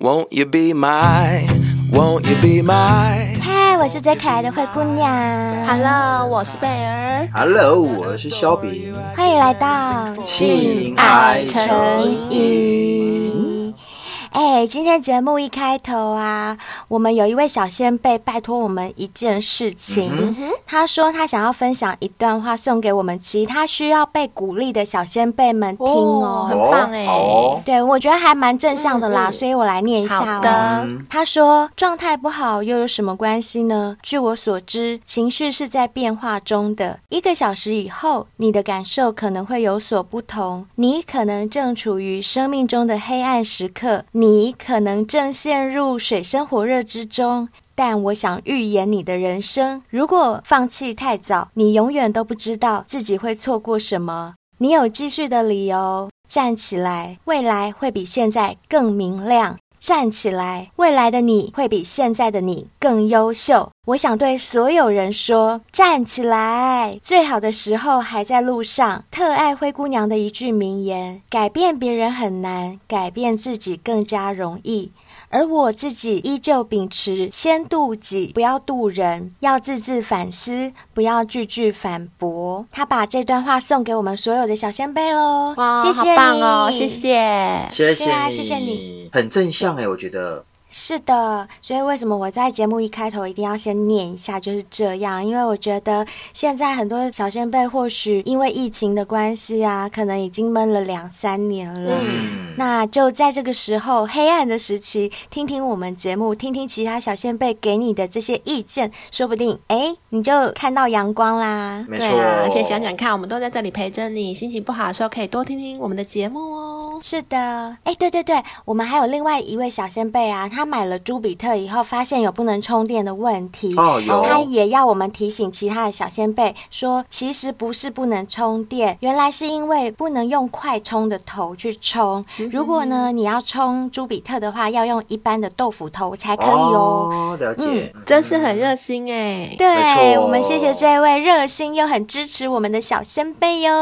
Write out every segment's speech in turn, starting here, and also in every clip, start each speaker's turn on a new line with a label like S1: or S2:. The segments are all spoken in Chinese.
S1: Won't you be my? Won't you be my?
S2: 嗨，我是最可爱的灰姑娘。
S3: Hello，我是贝儿。
S4: Hello，我是肖比。
S2: 欢迎来到
S4: 性爱成
S2: 瘾。哎，今天节目一开头啊，我们有一位小先辈拜托我们一件事情，
S3: 嗯
S2: 他说他想要分享一段话送给我们其他需要被鼓励的小先辈们听哦。
S3: 很棒哎、
S4: 好哦，
S2: 对，我觉得还蛮正向的啦，所以我来念一下、哦。
S3: 嗯好的
S4: 嗯
S2: 他说：“状态不好又有什么关系呢？据我所知，情绪是在变化中的。一个小时以后，你的感受可能会有所不同。你可能正处于生命中的黑暗时刻，你可能正陷入水深火热之中。”但我想预言你的人生，如果放弃太早，你永远都不知道自己会错过什么。你有继续的理由，站起来，未来会比现在更明亮。站起来，未来的你会比现在的你更优秀。我想对所有人说，站起来，最好的时候还在路上。特爱灰姑娘的一句名言：改变别人很难，改变自己更加容易。而我自己依旧秉持先渡己，不要渡人，要自自反思，不要句句反驳。他把这段话送给我们所有的小先辈喽，
S3: 哇，
S2: 谢谢
S3: 好棒哦，
S2: 你
S3: 谢。谢。
S4: 谢
S2: 对
S4: 谢你，
S2: 啊谢谢你，
S4: 很正向哎，我觉得。
S2: 是的，所以为什么我在节目一开头一定要先念一下，就是这样，因为我觉得现在很多小先辈或许因为疫情的关系啊，可能已经闷了两三年了。
S4: 嗯，
S2: 那就在这个时候黑暗的时期，听听我们节目，听听其他小先辈给你的这些意见，说不定哎，你就看到阳光啦。
S4: 没
S3: 对
S4: 错。
S3: 啊，而且想想看，我们都在这里陪着你，心情不好的时候可以多听听我们的节目哦。
S2: 是的，哎，对对对，我们还有另外一位小先辈啊，他买了朱比特以后，发现有不能充电的问题，
S4: 哦有
S2: 他也要我们提醒其他的小先辈说，其实不是不能充电，原来是因为不能用快充的头去充。
S4: 嗯
S2: 如果呢你要充朱比特的话，要用一般的豆腐头才可以哦。
S4: 哦，了解，嗯
S3: 真是很热心哎、
S4: 没
S2: 对，
S4: 错
S2: 我们谢谢这位热心又很支持我们的小先辈哟。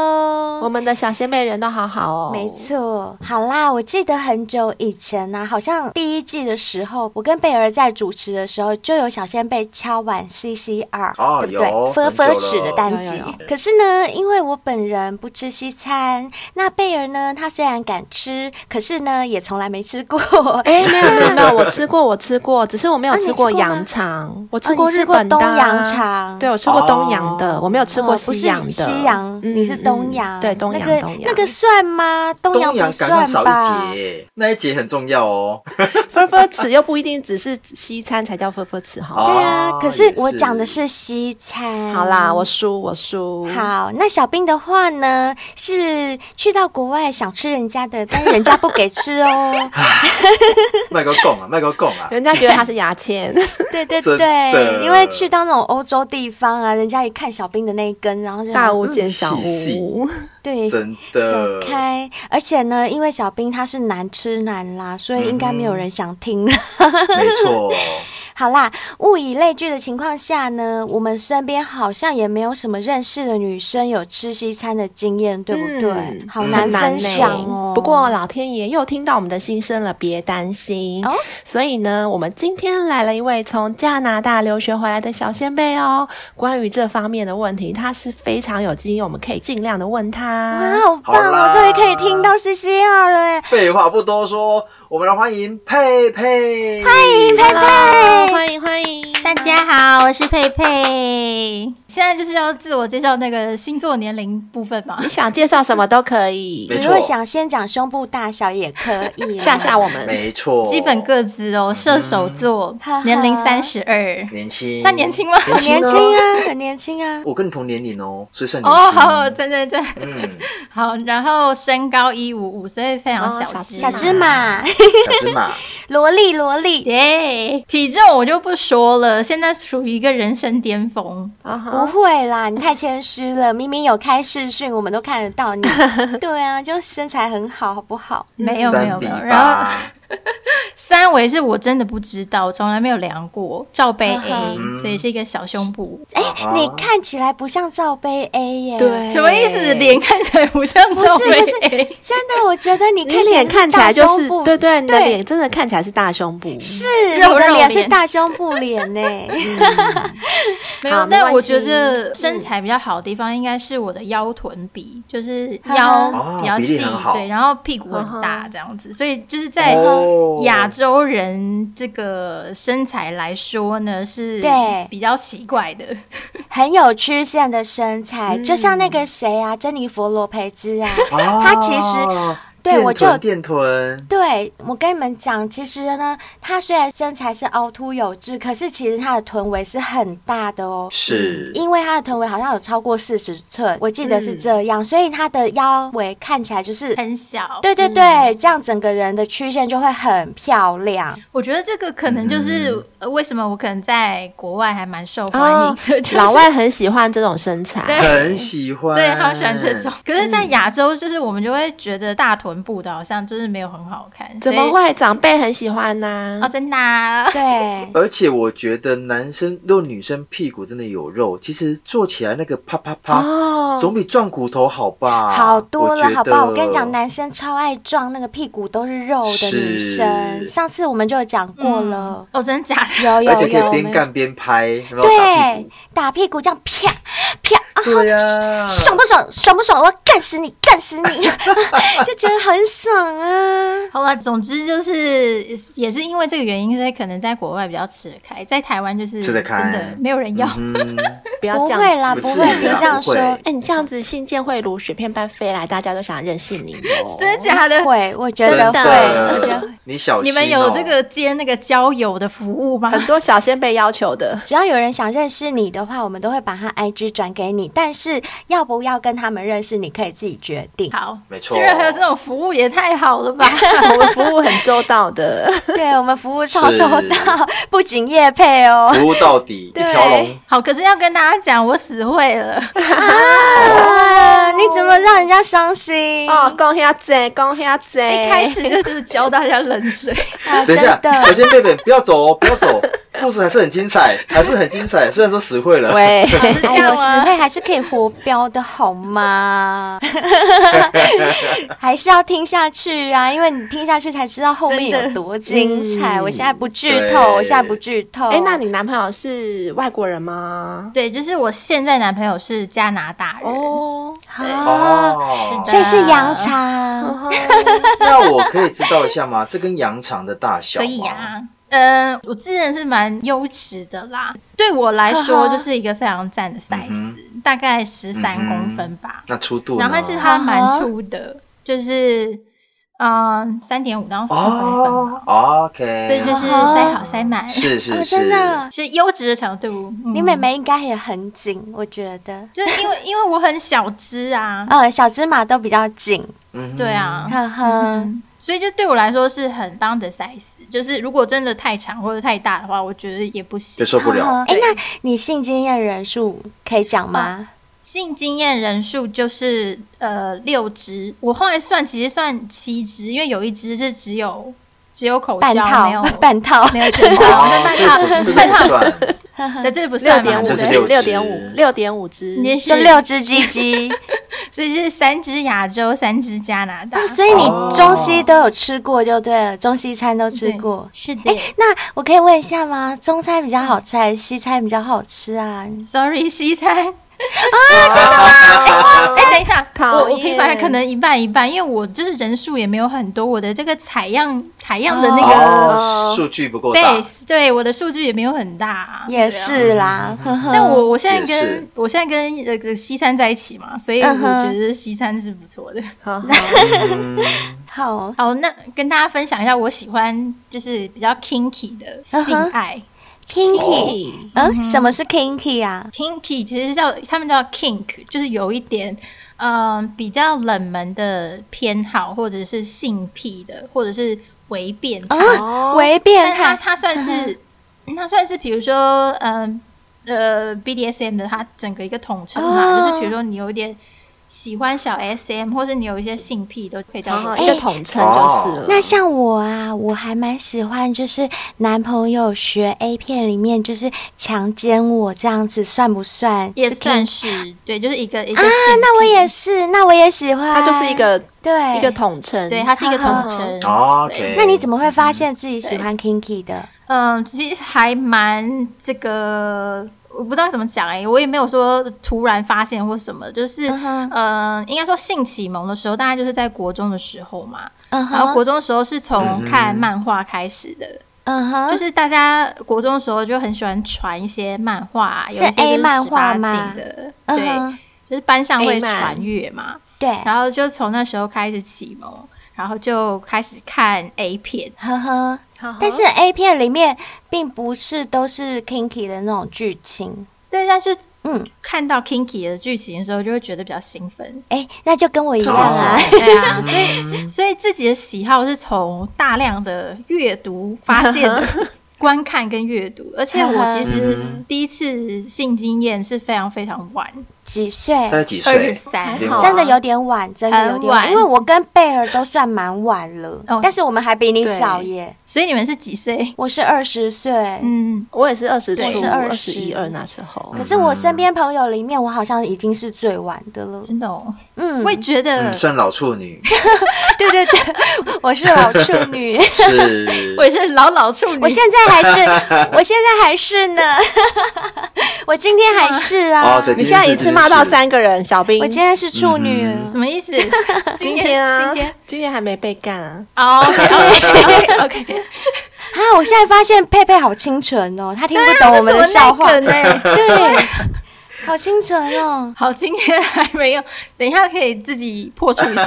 S3: 我们的小仙妹人都好好哦。
S2: 没错，好啦，我记得很久以前呢、好像第一季的时候，我跟贝尔在主持的时候，就有小仙贝敲碗 CCR，、
S4: 哦
S2: 对不对
S4: 有
S2: ？Fur
S4: 很久了嗯
S2: Fur 尺的单集
S3: 有有有。
S2: 可是呢，因为我本人不吃西餐，那贝尔呢，他虽然敢吃，可是呢，也从来没吃过。
S3: 哎、没有没有没有，我吃过，我吃过，只是我没有
S2: 啊你
S3: 吃过
S2: 吃过吗
S3: 羊肠，我
S2: 哦
S3: 吃
S2: 你
S3: 过
S2: 吃
S3: 日
S2: 过
S3: 本的、啊
S2: 东洋肠
S3: 对我吃过东洋的，
S4: 哦
S3: 我没有 吃
S2: 哦
S3: 过
S2: 不
S3: 西
S2: 是
S3: 洋的。嗯
S2: 西洋，你是东洋，
S3: 对东洋、
S2: 那个
S3: 东洋
S2: 那 个算吗？东洋
S4: 东阳
S2: 不
S4: 赶上
S2: 算
S4: 少
S2: 吧
S4: 一？节，啊那一节很重要哦。
S3: 分分吃又不一定只是西餐才叫分分吃哈。
S2: 对啊，
S4: 哦
S2: 可是
S4: 也
S2: 我讲的是西餐。
S3: 好啦，我输我输。，
S2: 好，那小兵的话呢，是去到国外想吃人家的，但是人家不给吃哦。
S4: 麦克贡啊，麦克 贡啊，
S3: 人家觉得他是牙签。
S2: 对对
S4: 真
S2: 对，
S4: 的
S2: 因为去到那种欧洲地方啊，人家一看小兵的那一根，然后就嗯
S3: 大巫见小
S4: 细细
S3: 巫，
S2: 对。
S4: 真
S2: 走
S4: 的。
S2: 开！而且呢，因为小兵他是难吃难啦，所以应该没有人想听了。
S4: 没错，
S2: 好啦，物以类聚的情况下呢，我们身边好像也没有什么认识的女生有吃西餐的经验，对不对？
S3: 嗯
S2: 好难
S3: 很
S2: 分
S3: 呢
S2: 享哦。
S3: 不过老天爷又听到我们的心声了，别担心。
S2: 哦
S3: 所以呢，我们今天来了一位从加拿大留学回来的小先辈哦。关于这方面的问题，他是非常有经验，我们可以尽量的问他。
S2: 哇，好棒！
S4: 好啦
S2: 我终于可以听到 C C R 了耶，
S4: 废话不多说，我们来欢迎佩佩。欢
S2: 迎佩佩
S3: Hello，欢迎欢迎。
S5: 大家好，我是佩佩。现在就是要自我介绍那个星座年龄部分嘛
S3: 你。想介绍什么都可以
S4: 没
S2: 你
S4: 错
S2: 如果想先讲胸部大小也可以啊啦，
S3: 吓吓我们。
S4: 没错，
S5: 基本个子哦，射手座
S2: 哈哈，
S5: 年龄三十二，
S4: 年轻，
S5: 算年轻吗
S2: 很年轻
S4: 啊。
S2: 啊，很年轻啊。
S4: 我跟你同年龄哦，所以算年轻。
S5: 哦，好，对对对，
S4: 嗯，
S5: 好，然后身高一五五，所以非常
S3: 哦
S5: 小只，
S2: 小芝麻，
S4: 小芝麻，
S2: 萝莉萝莉，
S5: 耶。体重我就不说了，现在属于一个人生巅峰。
S3: 啊哈
S2: 不会啦，你太谦虚了。明明有开视讯，我们 都看得到你。对啊，就身材很好，好不好？
S5: 没有没
S4: 三
S5: 有
S4: 比
S5: 没有，然后
S4: 八，哦
S5: 三围是我真的不知道，我从来没有量过罩杯 A，
S4: 嗯
S5: 所以是一个小胸部。
S2: 哎、
S4: 啊
S2: 你看起来不像罩杯 A 耶。
S3: 对，
S5: 什么意思？脸看起来不像
S2: 嗯不
S5: 罩
S2: 是
S5: 杯
S2: 不
S5: A，
S2: 真的，我觉得你
S3: 你
S2: 看
S3: 脸看起来就
S2: 大胸
S3: 是
S2: 部
S3: 对对，你的
S2: 对
S3: 脸真的看起来是大胸部，
S2: 是
S5: 肉
S2: 你的
S5: 肉
S2: 脸是
S5: 脸
S2: 大胸部脸呢。
S5: 没有
S3: 好。没
S5: 但我
S3: 关系嗯
S5: 觉得身材比较好的地方应该是我的腰臀比，就是
S2: 哈
S5: 腰
S4: 哦
S5: 比较
S4: 比例
S5: 细
S4: 很，好
S5: 对，然后屁股很
S3: 嗯
S5: 大
S3: 哼
S5: 这样子，所以就是在
S4: 哦
S5: 亚洲人这个身材来说呢，是
S2: 对
S5: 比较奇怪的。
S2: 很有曲线的身材，就像那个谁啊，珍妮佛·罗培兹啊，
S4: 啊
S2: 他其实对
S4: 电
S2: 我就有
S4: 臀电臀，
S2: 对我跟你们讲，其实呢，她虽然身材是凹凸有致，可是其实她的臀围是很大的哦。
S4: 是
S2: 因为她的臀围好像有超过四十寸，我记得是这样，所以她的腰围看起来就是，
S5: 很小。
S2: 对对对，这样整个人的曲线就会很漂亮。
S5: 我觉得这个可能就是、
S4: 嗯
S5: 呃为什么我可能在国外还蛮受欢迎
S3: 哦
S5: 的，就是
S3: 老外很喜欢这种身材，
S5: 对
S4: 很喜欢，，
S5: 对他们喜欢这种。可是，在亚洲，就是我们就会觉得大臀部的好像就是没有很好看，
S3: 怎
S5: 所
S3: 么
S5: 以？
S3: 会长辈很喜欢呢、
S5: 哦，真的啊、
S2: 对
S4: 而且我觉得男生如果女生屁股真的有肉，其实做起来那个啪啪啪，
S3: 哦
S4: 总比撞骨头好吧？
S2: 好多了，好不好？我跟你讲，
S4: 那
S2: 男生超爱撞那个屁股都是肉的
S4: 是
S2: 女生，上次我们就有讲过了，
S5: 哦，真的假 的？
S2: 有有
S4: 而且可
S2: 有，
S4: 以边干边拍，然后打屁
S2: 对，打屁股这样啪啪，啊
S4: 股，对 呀、
S2: 爽不爽？爽不爽？我要干死你，干死你！ 就觉得很爽啊。
S5: 好了，总之就是也是因为这个原因，所以可能在国外比较吃得开，在台湾就是
S4: 吃得开
S5: 真的没有人要。
S4: 嗯，
S3: 不要
S2: 不
S3: 这样
S2: 会
S3: 子。
S2: 啦，
S4: 不
S2: 不
S4: 至
S2: 会
S4: 于，
S2: 别
S4: 啦
S2: 这样
S4: 不
S2: 说
S4: 会。
S3: 哎、你这样子信件会如雪片般飞来，大家都想认识你 哦。
S5: 真的假的？
S2: 会，我觉
S4: 真
S2: 得会，我觉得
S4: 的，你小
S5: 你
S4: 心、哦，
S5: 们有这个接那个交友的服务 吗？
S3: 很多小先辈要求的，
S2: 只要有人想认识你的话，我们都会把他 IG 转给你。但是要不要跟他们认识，你可以自己决定。
S5: 好，
S4: 没错
S5: 居然还有这种服务，也太好 了吧！
S3: 我们服务很周到的。
S2: 对我们服务超
S4: 是
S2: 周到，不仅业配哦。
S4: 服务到底，一
S2: 对
S4: 条龙，
S5: 好，可是要跟大家讲，我死会了。
S2: 啊！你怎么让人家伤心？
S3: 哦，恭喜姐，恭喜
S2: 哎
S3: 姐！
S5: 一开始就就是教大家冷 水，
S2: 啊，
S4: 等
S2: 真
S4: 一下，小
S2: 的，
S4: 心贝贝，不要走哦，不要走，故事还是很精彩，还是很精彩。虽然说死会了，
S3: 喂，
S5: 是这
S2: 哎呦，
S5: 样
S2: 实
S5: 吗？
S2: 惠还是可以活标的好 吗？还是要听下去啊，因为你听下去才知道后面
S5: 真的
S2: 有多精彩。
S3: 嗯
S2: 我现在不剧透，
S4: 嗯对
S2: 我现在不剧透。
S3: 哎、那你男朋友是外国人吗？
S5: 对，就是我现在男朋友是加拿大人，
S3: 哦，
S2: 啊，
S4: 哦，
S2: 所以是羊肠，
S4: 那我可以知道一下吗？这跟羊肠的大小
S5: 可
S4: 吗
S5: 以呀、嗯，呃，我自认是蛮优质的啦，对我来说
S2: 呵呵
S5: 就是一个非常赞的 size，、
S4: 嗯
S5: 大概十
S4: 嗯
S5: 三
S4: 哼
S5: 公分吧，
S4: 那粗度呢？
S5: 然后是它蛮粗的，就是嗯三点五到四公分吧，
S4: 哦，OK，
S5: 对，就是
S2: 呵呵
S5: 塞好塞满，是
S4: 是是
S2: 哦，
S4: 是，
S2: 真的，
S5: 优质的程度。嗯
S2: 你妹妹应该也很紧，我觉得。
S5: 就是因为因为我很小只啊，
S4: 嗯
S2: 呃，小芝麻都比较紧，
S4: 嗯哼
S5: 对，啊，
S2: 呵呵。
S5: 嗯，所以就对我来说是很棒的 size，就是如果真的太长或者太大的话，我觉得也不行
S4: 就。受不了。
S2: 呵呵哎，
S5: 对
S2: 那你性经验人数可以讲吗？
S5: 性经验人数就是呃六只，我后来算其实算七只，因为有一只是只有只有口
S2: 半
S5: 交哦没
S2: 套
S5: 有，
S2: 半套。
S5: 没有全套，那
S4: 哦，
S5: 半
S4: 这
S5: 套
S4: 个不这
S5: 半
S4: 个不
S5: 套
S4: 算，
S5: 对，这个 不
S3: 六
S5: 算嘛
S3: 点五
S4: 就
S5: 对不
S4: 是
S5: 对
S4: 六
S3: 只，六
S4: 只
S3: 点五，六点五只。
S5: 你
S2: 就是六，只鸡鸡，
S5: 所以是三只亚洲，三只加拿大，
S2: 所以你中西都有吃过就对
S3: 哦
S2: 了，中西餐都吃
S5: 对
S2: 过。
S5: 是的
S2: 哎、。那我可以问一下吗？中餐比较好吃还是西餐比较好吃啊？
S5: Sorry，西餐。
S3: 哇
S5: 哎、等一下，
S3: 讨
S5: 我我
S3: 厌
S5: 平凡可能一半一半，因为我就是人数也没有很多，我的这个采样采样的那个
S4: 哦，数据不够大，
S5: base，、对我的数据也没有很大，
S2: 也
S5: 对啊。
S2: 是啦，呵
S3: 嗯
S2: 呵
S5: 但我我现在
S4: 也
S5: 跟
S4: 是
S5: 我现在跟那个西餐在一起嘛，所以我
S2: 嗯哼
S5: 觉得西餐是不错的。
S3: 好好
S4: 嗯
S2: 好
S5: 好，那跟大家分享一下我喜欢就是比较 kinky 的性
S2: 嗯哼
S5: 爱、
S2: kinky，
S3: 屁
S2: 嗯，什么是 kinky 啊？
S5: k i n k y 其实叫他们叫 kink，就是有一点。嗯，比较冷门的偏好，或者是性癖的，或者是微变态，
S2: 啊，
S3: 哦，
S2: 为变
S5: 但他
S2: 态，嗯
S5: 他算是，他算是比如说，嗯呃 BDSM 的它整个一个统称嘛，
S2: 哦
S5: 就是比如说你有一点喜欢小 SM，或是你有一些性癖，都可以叫
S3: 然
S5: 做
S2: 哦
S3: 后一
S2: 哎
S3: 个统称就是了。
S2: 那像我啊，我还蛮喜欢，就是男朋友学 A 片里面就是强奸我这样子，算不算？
S5: 也
S2: 是可以
S5: 算是对，就是一个一个
S2: 啊
S5: 性癖。
S2: 那我也是，那我也喜欢。
S3: 它就是一个
S2: 对
S3: 一个统称，
S5: 对，它是一个统
S3: 哈哈
S5: 称。
S4: 哦 OK，
S2: 那你怎么会发现自己喜欢
S5: 嗯
S2: kinky 的？
S5: 嗯，其实还蛮这个，我不知道怎么讲哎、我也没有说突然发现或什么，就是
S2: 嗯哼
S5: 嗯、呃应该说性启蒙的时候，大概就是在国中的时候嘛。
S2: 嗯
S5: 然后
S2: 哼，
S5: 国中的时候是从看漫画开始的，
S2: 嗯哼，
S5: 就是大家国中的时候就很喜欢传一些漫画、啊，有一
S2: 是
S5: 些就是
S2: A 漫
S5: 18
S2: 画吗
S5: 禁的，
S2: 嗯
S5: 对，
S2: 哼，
S5: 就是班上
S3: A
S5: 会
S3: 漫
S5: 传阅嘛。
S2: 对，
S5: 然后就从那时候开始启蒙，然后就开始看 A 片。
S2: 呵呵。
S3: 哈哈
S2: 但是 A 片里面并不是都是 kinky 的那种剧情，
S5: 对，但是
S2: 嗯，
S5: 看到 kinky 的剧情的时候，就会觉得比较兴奋。
S2: 哎、那就跟我一样啊。
S5: 对 啊，所以
S4: 嗯
S5: 所以自己的喜好是从大量的阅读发现的 观看跟阅读，而且我其实
S4: 嗯
S5: 第一次性经验是非常非常晚，
S2: 几岁？
S4: 大概几
S5: 二
S4: 岁？
S5: 十三，
S4: 还好啊
S2: 真的有点晚，真的有点晚，
S5: 很晚
S2: 因为我跟贝尔都算蛮晚了，
S5: 哦
S2: 但是我们还比你
S3: 对
S2: 早耶。
S5: 所以你们是几岁？
S2: 我是二十岁，
S5: 嗯，
S3: 我也是二十出，
S5: 对
S2: 我是
S3: 二
S2: 20
S3: 十一二那时候
S5: 嗯
S2: 可，是我身边朋友里面，我好像已经是最晚的了。
S5: 真的哦，
S2: 嗯
S5: 我，也觉得
S4: 嗯，，算老处女
S2: 对对 对，我是老处女，
S4: 是
S5: 我也是老老处女，
S2: 我现在还是，我现在还是呢， 我今天还是啊
S4: 哦，对
S3: 你现在一次骂到三个人，小兵
S2: 我，今天是处女。
S4: 嗯
S5: 什么意 思？
S3: 今天啊，
S5: 今天
S3: 今天还没被干啊，
S5: 哦，OK OK OK，
S2: 啊，我现在发现佩佩好清纯哦，她听不懂我们的笑 话，
S5: 呢？
S2: 对，好清纯哦，
S5: 好，今天还没有，等一下可以自己破除一下。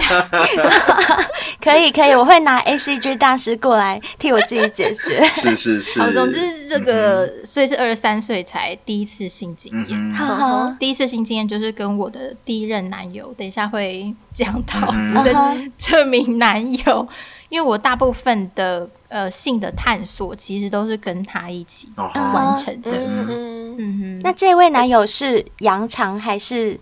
S2: 可以可以，我会拿 A C G 大师过来替我自己解 决。
S4: 是是 是。
S5: 好，总之这个，所以是二十三岁才第一次性经
S4: 嗯
S5: 验。
S4: 哼，
S2: 哈哈，
S5: 第一次性经验就是跟我的第一任男友，等一下会讲到
S4: 嗯
S2: 嗯
S5: 这
S2: 哼
S5: 这名男友，因为我大部分的呃性的探索其实都是跟他一起
S4: 哦吼
S5: 完成的。
S3: 嗯嗯，
S5: 嗯哼，
S2: 那这位男友是洋肠还是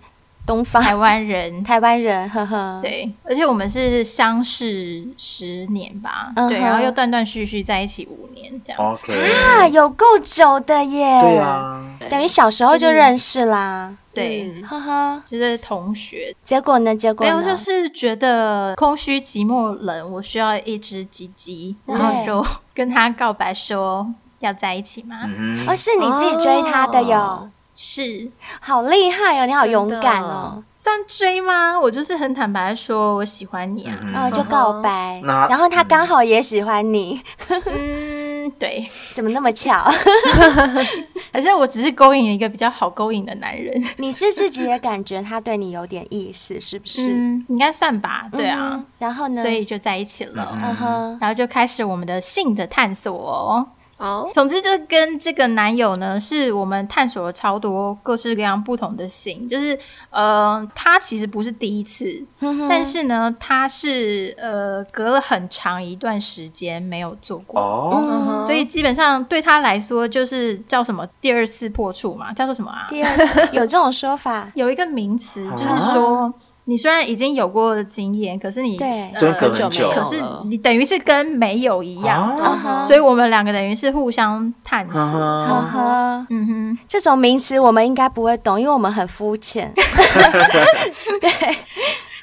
S2: 东方
S5: 台湾人
S2: 台湾人？呵呵，
S5: 对，而且我们是相识十年吧
S2: 嗯哼
S5: 对，然后又断断续续在一起五年这样。
S4: OK，
S2: 啊，有够久的耶，
S4: 对，啊，
S2: 等于小时候就认识啦，
S5: 对，
S3: 嗯
S2: 呵呵。
S5: 就是同学，
S2: 结果呢？结果
S5: 没有，
S2: 呢？
S5: 就是觉得空虚、寂寞、冷，我需要一只鸡鸡，然后就跟他告白说要在一起吗？
S4: 嗯
S2: 哦，
S4: 哼，
S2: 是你自己追他的哟，
S3: 哦
S5: 是
S2: 好厉害哦，你好勇敢哦
S3: 真，
S5: 算追吗？我就是很坦白地说，我喜欢你啊。
S4: 嗯
S2: 哦，
S4: 哼
S2: 就告白，
S4: 那
S2: 然后他刚好也喜欢你，
S5: 嗯，对，
S2: 怎么那么巧？
S5: 而且我只是勾引了一个比较好勾引的男人，
S2: 你是自己也感觉他对你有点意思，是不是？
S5: 嗯，应该算吧，对啊
S2: 嗯，，然后呢？
S5: 所以就在一起了。
S2: 嗯哼，
S5: 然后就开始我们的性的探索、哦。
S3: 哦，
S5: 总之，就跟这个男友呢，是我们探索了超多各式各样不同的性，就是呃，他其实不是第一次，
S2: 嗯哼
S4: 嗯
S2: 哼
S5: 但是呢，他是呃隔了很长一段时间没有做过。
S4: 哦，
S3: 嗯哼
S5: 所以基本上对他来说，就是叫什么第二次破处嘛，叫做什么啊？，
S2: 第二次有这种说法
S5: 有一个名词，
S4: 啊
S5: 就是说你虽然已经有过经验，可是你
S2: 对
S4: 真隔很
S5: 呃，
S3: 久
S4: 久
S3: 没有
S5: 可是
S3: 了，
S5: 你等于是跟没有一样。
S4: 啊，
S2: 哈
S5: 所以我们两个等于是互相探索。
S2: 呵
S4: 啊
S2: 呵，
S5: 嗯哼，
S2: 嗯这种名词我们应该不会懂，因为我们很肤浅。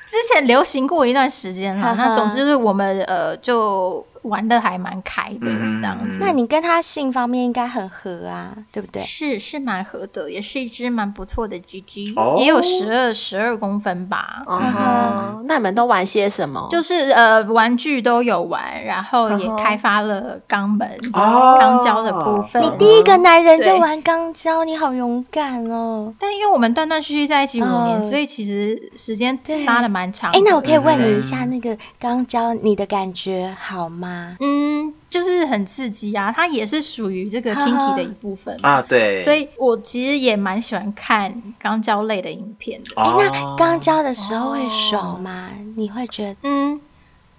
S5: 之前流行过一段时间
S2: 哈
S5: 了。
S2: 哈
S5: 那总之就是我们呃就玩的还蛮开的
S4: 嗯
S5: 这样子。
S2: 那你跟他性方面应该很合啊，对不对？
S5: 是是蛮合的，也是一只蛮不错的鸡鸡，
S4: 哦
S5: 也有十二十二公分吧。
S3: 哦，那你们都玩些什么？
S5: 嗯就是呃，玩具都有玩，然后也
S3: 嗯哼
S5: 开发了肛门、
S4: 哦
S5: 肛交的部分。
S2: 你第一个男人就
S5: 嗯对
S2: 玩肛交，你好勇敢哦！
S5: 但因为我们断断续续在一起五年，
S2: 嗯
S5: 所以其实时间拉的蛮长的。
S2: 哎，那我
S4: 嗯
S2: 可以问你一下，那个肛交你的感觉好吗？
S5: 嗯，就是很刺激啊，它也是属于这个
S2: 哈哈
S5: kinky 的一部分嘛。
S4: 啊，对，
S5: 所以我其实也蛮喜欢看肛交类的影片的。
S2: 哎，
S4: 哦
S2: 那肛交的时候会爽吗？
S5: 哦
S2: 你会觉得
S5: 嗯，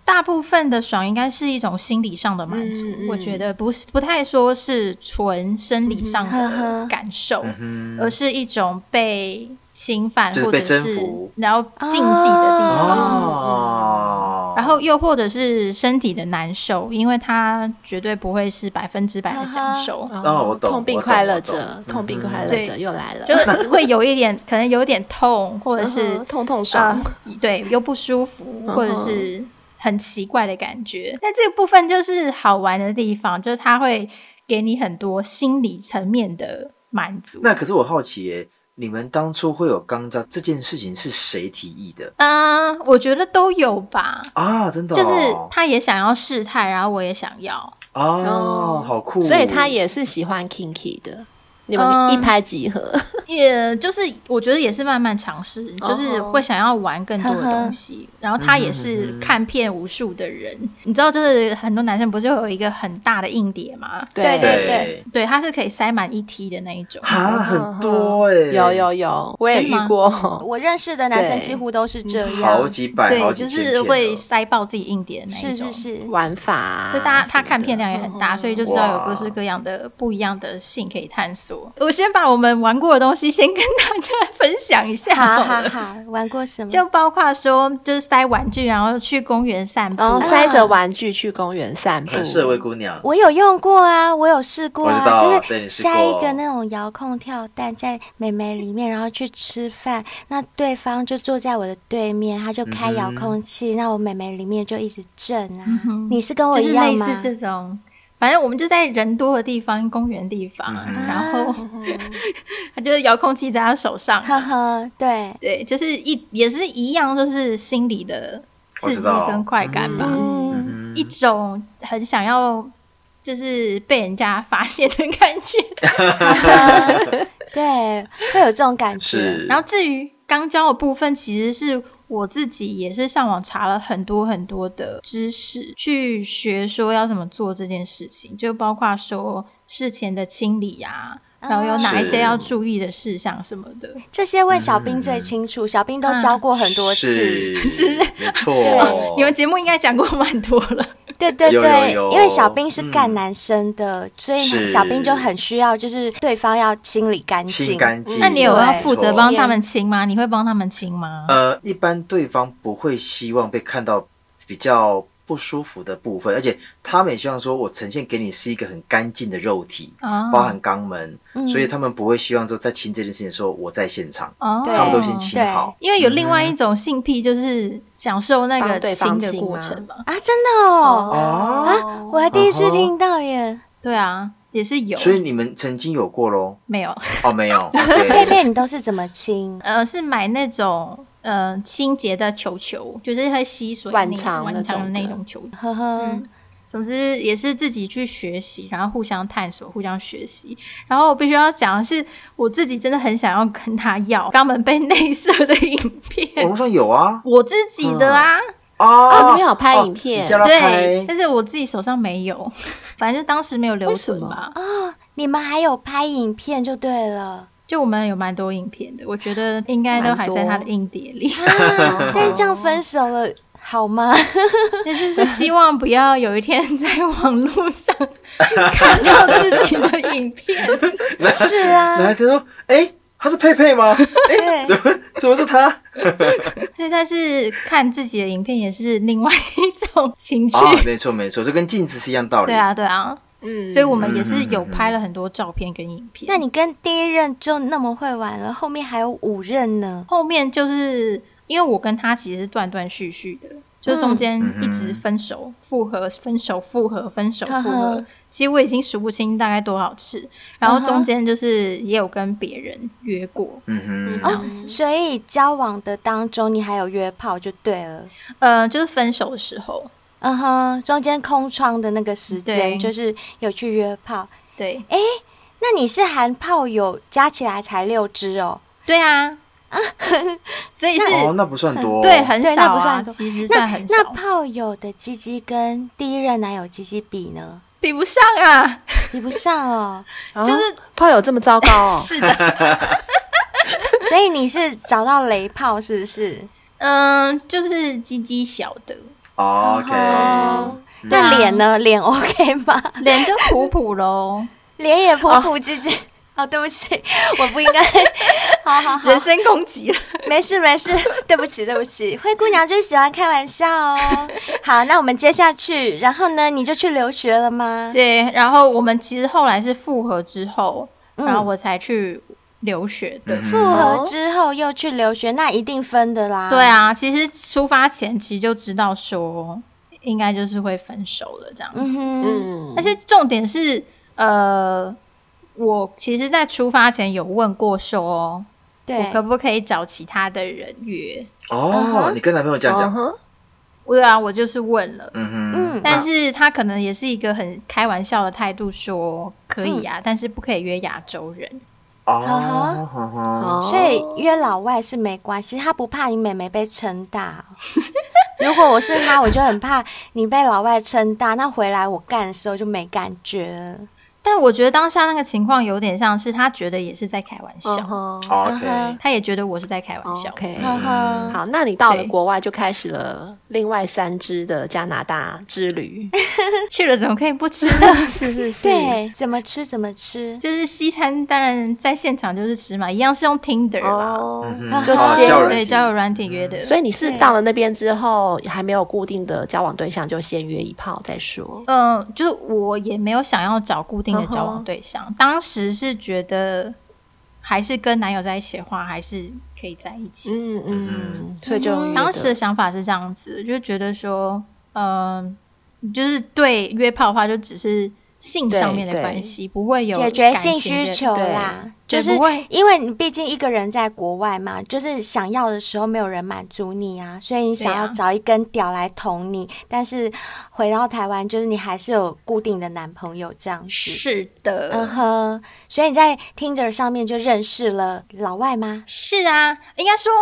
S5: 大部分的爽应该是一种心理上的满足，
S3: 嗯嗯
S5: 我觉得不是不太说是纯生理上
S2: 嗯哼呵
S5: 的
S2: 呵
S5: 感受，
S4: 嗯
S5: 而是一种被侵犯，
S4: 就是
S5: 或
S4: 被
S5: 者
S4: 征
S5: 是
S4: 服
S5: 然后禁忌的地方。
S4: 哦，
S5: 然后又或者是身体的难受，因为他绝对不会是百分之百的享受，
S4: 哦我懂
S3: 痛并
S4: 我懂
S3: 快乐
S4: 我懂嗯
S3: 着，痛并快乐
S5: 对
S3: 着又来了，
S5: 就是会有一点，可能有一点痛，或者
S3: 嗯
S5: 是
S3: 哼痛痛爽
S5: 啊，，
S4: 嗯
S5: 对，又不舒服，或者是很奇怪的感觉。那这个部分就是好玩的地方，就是它会给你很多心理层面的满足。
S4: 那可是我好奇耶，你们当初会有肛交这件事情是谁提议的
S5: 嗯，我觉得都有吧，
S4: 啊？真的、哦，
S5: 就是他也想要试探，然后我也想要。
S4: 哦，好酷，
S3: 所以他也是喜欢 kinky 的，你们
S5: 嗯
S3: 一拍即合，
S5: 也就是我觉得也是慢慢尝试，
S4: 哦
S5: 就是会想要玩更多的东西。然后他也是看片无数的人，你知道，就是很多男生不是有一个很大的硬碟吗？
S2: 对
S4: 对
S2: 对
S5: 对，它是可以塞满一 T 的那一种。
S4: 啊，很多哎、
S3: 有有有，我也
S5: 真
S3: 遇
S5: 吗
S3: 过，
S2: 我认识的男生
S3: 对
S2: 几乎都是这
S4: 好
S2: 样，
S4: 几百，好
S5: 对，
S4: 几千
S5: 就是
S4: 片哦
S5: 会
S4: 了
S5: 塞爆自己硬碟的那
S2: 是
S5: 一种。
S2: 是是，
S3: 玩法啊
S5: 所以大家
S3: 什
S5: 他
S3: 么
S5: 看
S3: 的
S5: 片量也很大，所以就知道有各式各样的不一样的性可以探索。我先把我们玩过的东西先跟大家分享一下好
S2: 好啊
S5: 了，
S2: 好好，玩过什么？
S5: 就包括说就是塞玩具，然后去公园散步。啊
S3: 然
S2: 哦
S3: 后塞着玩具去公园散步，
S4: 很社会姑娘。
S2: 我有用过啊，我有试过
S4: 我知道
S2: 啊，就
S4: 对你
S2: 是
S4: 试过
S2: 塞一个那种遥控跳蛋在美眉里面，然后去吃饭。那对方就坐在我的对面，他就开遥控
S4: 嗯
S2: 器，那、我美眉里面就一直震啊。你是跟我
S5: 嗯就是
S2: 一样
S5: 类
S2: 吗？
S5: 似这种，反正我们就在人多的地方，公园地方，
S4: 嗯
S5: 然后
S2: 啊
S5: 他就是遥控器在他手上，
S2: 呵呵，对，
S5: 对，就是一也是一样，就是心理的
S4: 我
S5: 刺
S4: 知
S5: 激
S4: 道
S5: 跟快感吧，
S2: 嗯，
S4: 嗯
S5: 一种很想要就是被人家发现的感觉。
S2: 对，会有这种感觉。
S4: 是，
S5: 然后至于刚教的部分，其实是我自己也是上网查了很多很多的知识，去学说要怎么做这件事情，就包括说事前的清理啊。然后有哪一
S4: 是
S5: 些要注意的事项什么的，
S2: 这些问小兵最清楚，小兵
S5: 嗯
S2: 都教过很多次。
S4: 是是没错
S2: 对，
S5: 你们节目应该讲过蛮多了。
S2: 对对
S4: 有有
S2: 对，
S4: 有
S2: 因为小兵是干
S4: 嗯
S2: 男生的，所以
S4: 是
S2: 小兵就很需要，就是对方要清理干
S4: 清
S2: 净。
S4: 干净。
S5: 那你有
S2: 对
S5: 要负责帮
S2: 没错
S5: 他们清吗？你会帮他们清吗？
S4: 呃，一般对方不会希望被看到比较不舒服的部分，而且他们也希望说我呈现给你是一个很干净的肉体，
S5: 啊
S4: 包含肛门，所以他们不会希望说在亲这件事情的时候我在现场，
S5: 哦，
S2: 对
S4: 他们都先亲好。
S5: 因为有另外一种性癖，就是享受那
S3: 帮
S5: 个
S3: 对方
S5: 亲的
S3: 亲
S5: 过
S3: 吗
S5: 程嘛。
S2: 啊，真的哦，
S4: 哦，
S2: 啊，我还第一次听到耶。
S5: 对啊，也是有，
S4: 所以你们曾经有过喽？
S5: 没有。
S4: 哦，没有。
S2: 贝
S4: OK，
S2: 贝，你都是怎么清？
S5: 呃，是买那种呃清洁的球球，就是会吸水
S3: 晚
S5: 那种
S3: 长那
S5: 晚长的
S3: 种
S5: 那
S3: 的
S5: 种球。
S2: 呵呵，
S5: 嗯总之也是自己去学习，然后互相探索、互相学习。然后我必须要讲的是，我自己真的很想要跟他要肛门被内射的影片
S4: 网，络上有啊
S5: 我自己的啊，
S4: 啊，
S3: 哦你们有拍
S4: 哦
S3: 影片
S4: 你叫他
S5: 对
S4: 拍，，
S5: 但是我自己手上没有， 反正就当时没有留存
S3: 为什啊
S5: 吧。
S2: 你们还有拍影片就对 了，
S5: 就我们有蛮多影片的，我觉得应该都还在他的硬碟 里。
S2: 啊但是这样分手了好 吗？
S5: 那就是希望不要有一天在网络上看到自己的影片。
S2: 是啊，
S4: 然后他说，哎，他是佩佩吗？ 哎，
S2: 对
S4: 怎么怎么是他？
S5: 对，但是看自己的影片也是另外一种情趣。
S4: 啊，没错没错，这跟镜子是一样道理。
S5: 对啊，对啊，
S3: 哦嗯
S5: 所以我们也是有拍了很多照片跟影片。
S2: 那你跟第一任就那么会玩了，后面还有五任呢。
S5: 后面就是因为我跟他其实是断断续续的，就中间一直分手、复合、分手、复合、分手、复
S2: 呵
S5: 合
S2: 呵。
S5: 其实我已经数不清大概多少次，然后中间就是也有跟别人约过，
S4: 嗯哼，
S2: 哦，所以交往的当中你还有约炮就对了。
S5: 呃，就是分手的时候，
S2: 嗯哼，中间空窗的那个时
S5: 对
S2: 间就是有去约炮。
S5: 对，
S2: 那你是含炮友加起来才六支哦？
S5: 对啊， 所以是、
S4: 哦，那不算多，
S5: 对很
S2: 对
S5: 少、啊，
S2: 那不算多
S5: 其实
S2: 那
S5: 算很少
S2: 那，炮友的鸡鸡跟第一任男友鸡鸡比呢？
S5: 比不上 啊，，
S2: 比不上哦。
S3: 就是炮友这么糟糕哦
S5: 是的，
S2: 所以你是找到雷炮是不是？
S5: 嗯，就是鸡鸡小的，
S4: 哦 OK，
S2: 哦
S5: 啊
S2: 那脸呢？脸 OK 吗？
S5: 脸就普普喽。
S2: 哦 脸也普普唧唧。哦，对不起，我不应该。好 好好
S5: 人，身攻击了。
S2: 没事没事，对不起对不起，灰姑娘就是喜欢开玩笑 哦。好，那我们接下去，然后呢，你就去留学了 吗？
S5: 对，然后我们其实后来是复合之后，
S2: 嗯
S5: 然后我才去留学的。
S4: 嗯
S2: 复合之后又去留学，那一定分的啦。
S5: 对，啊，其实出发前其实就知道说，应该就是会分手了这样子。
S2: 嗯哼，
S3: 嗯
S5: 但是重点是，呃，我其实，在出发前有问过说，
S2: 对
S5: 我，可不可以找其他的人约？
S4: 아,哦，你跟男朋友这样
S3: 嗯
S4: 讲，
S3: 哼，
S5: 对啊，我就是问了。
S4: 嗯哼，
S2: 嗯
S5: 但是他可能也是一个很开玩笑的态度，说可以
S2: 嗯
S5: 啊，但是不可以约亚洲人。
S4: 那
S2: 呵
S4: 哦，呵呵
S2: 所以约老外是没关系，他不怕你妹妹被撑大 哦。如果我是他，我就很怕你被老外撑大，那回来我干的时候就没感觉了。
S5: 但我觉得当下那个情况有点像是他觉得也是在开玩笑，
S3: 嗯哼
S4: 아,
S2: 嗯
S4: ，OK，
S5: 他也觉得我是在开玩笑。
S3: 哦，OK，
S4: 음.
S2: 呵呵，
S3: 好，那你到了
S5: 对
S3: 国外就开始了另外三支的加拿大之旅，
S5: 去了怎么可以不吃 呢？
S3: 是是 是，
S2: 对，怎么吃怎么吃，
S5: 就是西餐，当然在现场就是吃嘛，一样是用 Tinder 啦，
S3: 哦，嗯
S4: 嗯
S2: 啊
S4: 哼，
S2: 就
S4: 哦
S3: 先
S4: 交友
S5: 对，
S4: 软体
S5: 交友软体约的。
S3: 所以你是
S2: 对
S3: 到了那边之后还没有固定的交往对象，就先约一炮再说。
S5: 嗯，就是我也没有想要找固
S3: 嗯
S5: 定的交往对象当时是觉得还是跟男友在一起的话，还是可以在一起。
S3: 嗯嗯，所以就约的
S5: 当时的想法是这样子，就觉得说，嗯、就是对约炮的话，就只是性上面的
S3: 对
S5: 关系，不会有
S2: 解决
S5: 感
S2: 性
S5: 情的
S2: 需求啦，
S5: 对
S2: 就是
S5: 不会
S2: 因为你毕竟一个人在国外嘛，就是想要的时候没有人满足你啊，所以你想
S5: 对啊
S2: 要找一根屌来捅你，但是回到台湾，就是你还是有固定的男朋友这样子。
S5: 是的。
S2: 嗯哼，所以你在 Tinder 上面就认识了老外吗？
S5: 是啊，应该说，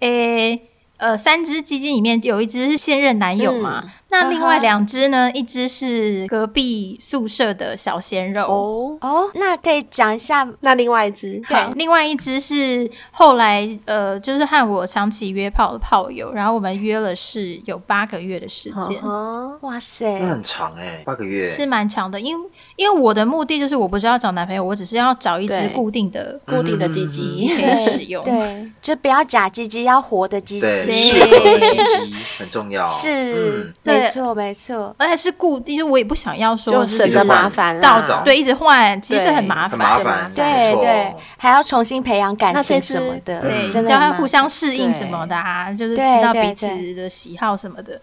S5: 诶、呃，三只鸡鸡里面有一只是现任男友嘛，那另
S2: 啊
S5: 外
S2: 哈
S5: 两只呢，一只是隔壁宿舍的小鲜肉，
S3: 哦，
S2: 哦，那可以讲一下，
S3: 那另外一只
S5: 好，另外一只是后来呃，就是和我长期约炮的炮友，然后我们约了是有八个月的时间，
S3: 哦，
S2: 哇塞
S5: 嗯
S4: 那，很长哎，八个月，
S5: 是蛮长的。因为因为我的目的就是我不是要找男朋友，我只是要找一只
S3: 对
S5: 固定的
S3: 固定的鸡
S5: 机
S3: 鸡
S5: 器可以使用。
S2: 对，就不要假鸡鸡，要活的鸡
S4: 对，
S2: 鸡，
S4: 适合的鸡鸡很重要，
S2: 是
S4: 嗯，
S2: 没
S5: 对
S2: 错没错，
S5: 而且是固定，就我也不想要 说
S3: 就省得麻烦
S5: 到
S4: 一直
S3: 啦
S4: 换。
S5: 对一直换，其实这很麻
S4: 很
S5: 烦。
S4: 麻
S3: 是麻
S4: 烦
S3: 烦，
S2: 对
S4: 没错
S2: 对，还要重新培养感
S3: 那
S2: 情
S3: 这只
S2: 什么的，
S5: 对，
S2: 真的
S5: 要
S2: 很
S5: 他
S2: 麻
S5: 互相适应
S3: 对
S5: 什么的啊，就是
S2: 对
S5: 知道
S2: 对
S5: 彼此
S2: 对
S5: 的喜好什么的，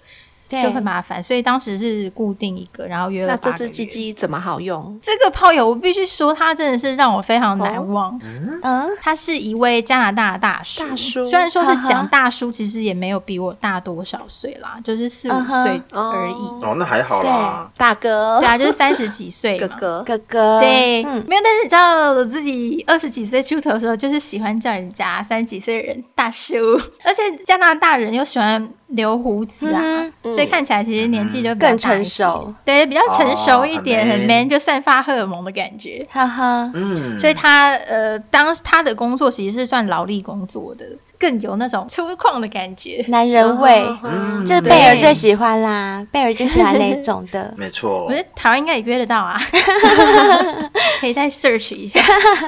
S2: 对
S5: 就很麻烦。所以当时是固定一个，然后约了
S3: 那这
S5: 八个
S3: 只鸡
S5: 月
S3: 鸡怎么好用？
S5: 这个炮友，我必须说，他真的是让我非常难忘。
S2: 嗯，
S5: 他是一位加拿大的大叔，
S3: 大叔
S5: 虽然说是
S2: 哈哈
S5: 讲大叔，其实也没有比我大多少岁啦，就是四五
S2: 嗯哼
S5: 岁而已。
S4: 哦，那还好啦，
S3: 大哥
S5: 对，啊，就是三十几岁
S3: 哥
S5: 嘛。
S3: 哥，
S2: 哥哥，
S5: 对，
S2: 嗯，
S5: 没有。但是你知道，我自己二十几岁出头的时候，就是喜欢叫人家三十几岁的人大叔， 而且加拿大人又喜欢留胡子啊，
S2: 嗯
S5: 所以看起来其实年纪就比较
S2: 更
S5: 大一
S2: 成
S5: 些
S2: 熟，
S5: 对，比较成熟一
S4: 哦
S5: 点，
S4: 很
S5: 很
S4: man
S5: man，就散发荷尔蒙的感觉。
S2: 哈哈，
S4: 嗯，
S5: 所以他呃，当他的工作其实是算劳力工作的，更有那种粗犷的感觉。
S2: 男人味，
S3: 哦
S4: 嗯
S2: 这
S4: 对，
S2: 贝尔最喜欢啦，贝尔就喜欢那种的
S4: 没错
S5: 我，觉得台湾应该也约得到啊，可以再 search 一下。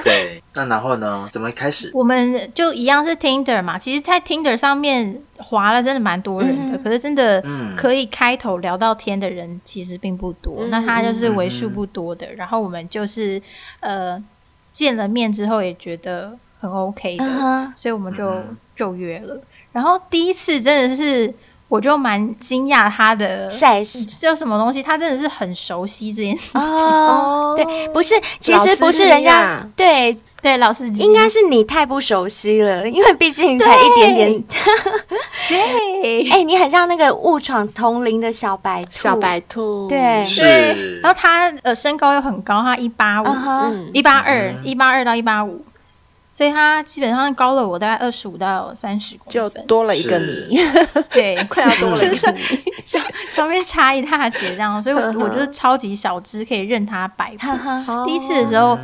S4: 对，那然后呢？怎么开始？
S5: 我们就一样是 Tinder 嘛，其实，在 Tinder 上面划了真的蛮多人的，
S2: 嗯
S5: 可是真的
S4: 嗯
S5: 可以开头聊到天的人其实并不多，
S3: 嗯
S5: 那他就是为数不多的。然后我们就是呃见了面之后也觉得很 OK 的，
S2: 嗯哼，
S5: 所以我们就、
S4: 嗯
S5: 就约了。然后第一次真的是，我就蛮惊讶他的
S2: ，size
S5: 叫什么东西，他真的是很熟悉这件事。
S2: 哦，对，不是，其实不是
S3: 老司机
S2: 人家
S3: 啊，
S2: 对，
S5: 对，老司机
S2: 应该是你太不熟悉了， 因为毕竟你才一点点，
S5: 对。
S2: 哎，你很像那个误闯丛林的小白兔，
S3: 小，白兔，
S2: 对
S5: 对
S4: 是，
S5: 然后他呃身高又很高，他一八五
S2: 嗯、哼，
S3: 嗯，
S5: 一八二、一八二到一八五，所以他基本上高了我大概二十五到三十
S3: 就
S5: 公分，
S3: 多了一个
S4: 是
S3: 你，
S5: 对，
S3: 快要多了一
S5: 就是
S3: 个你，
S5: 上上面差一大截这样，所以我我就是超级小只，可以任他摆布。
S2: 哈哈，
S3: 哦
S5: 第一次的时候，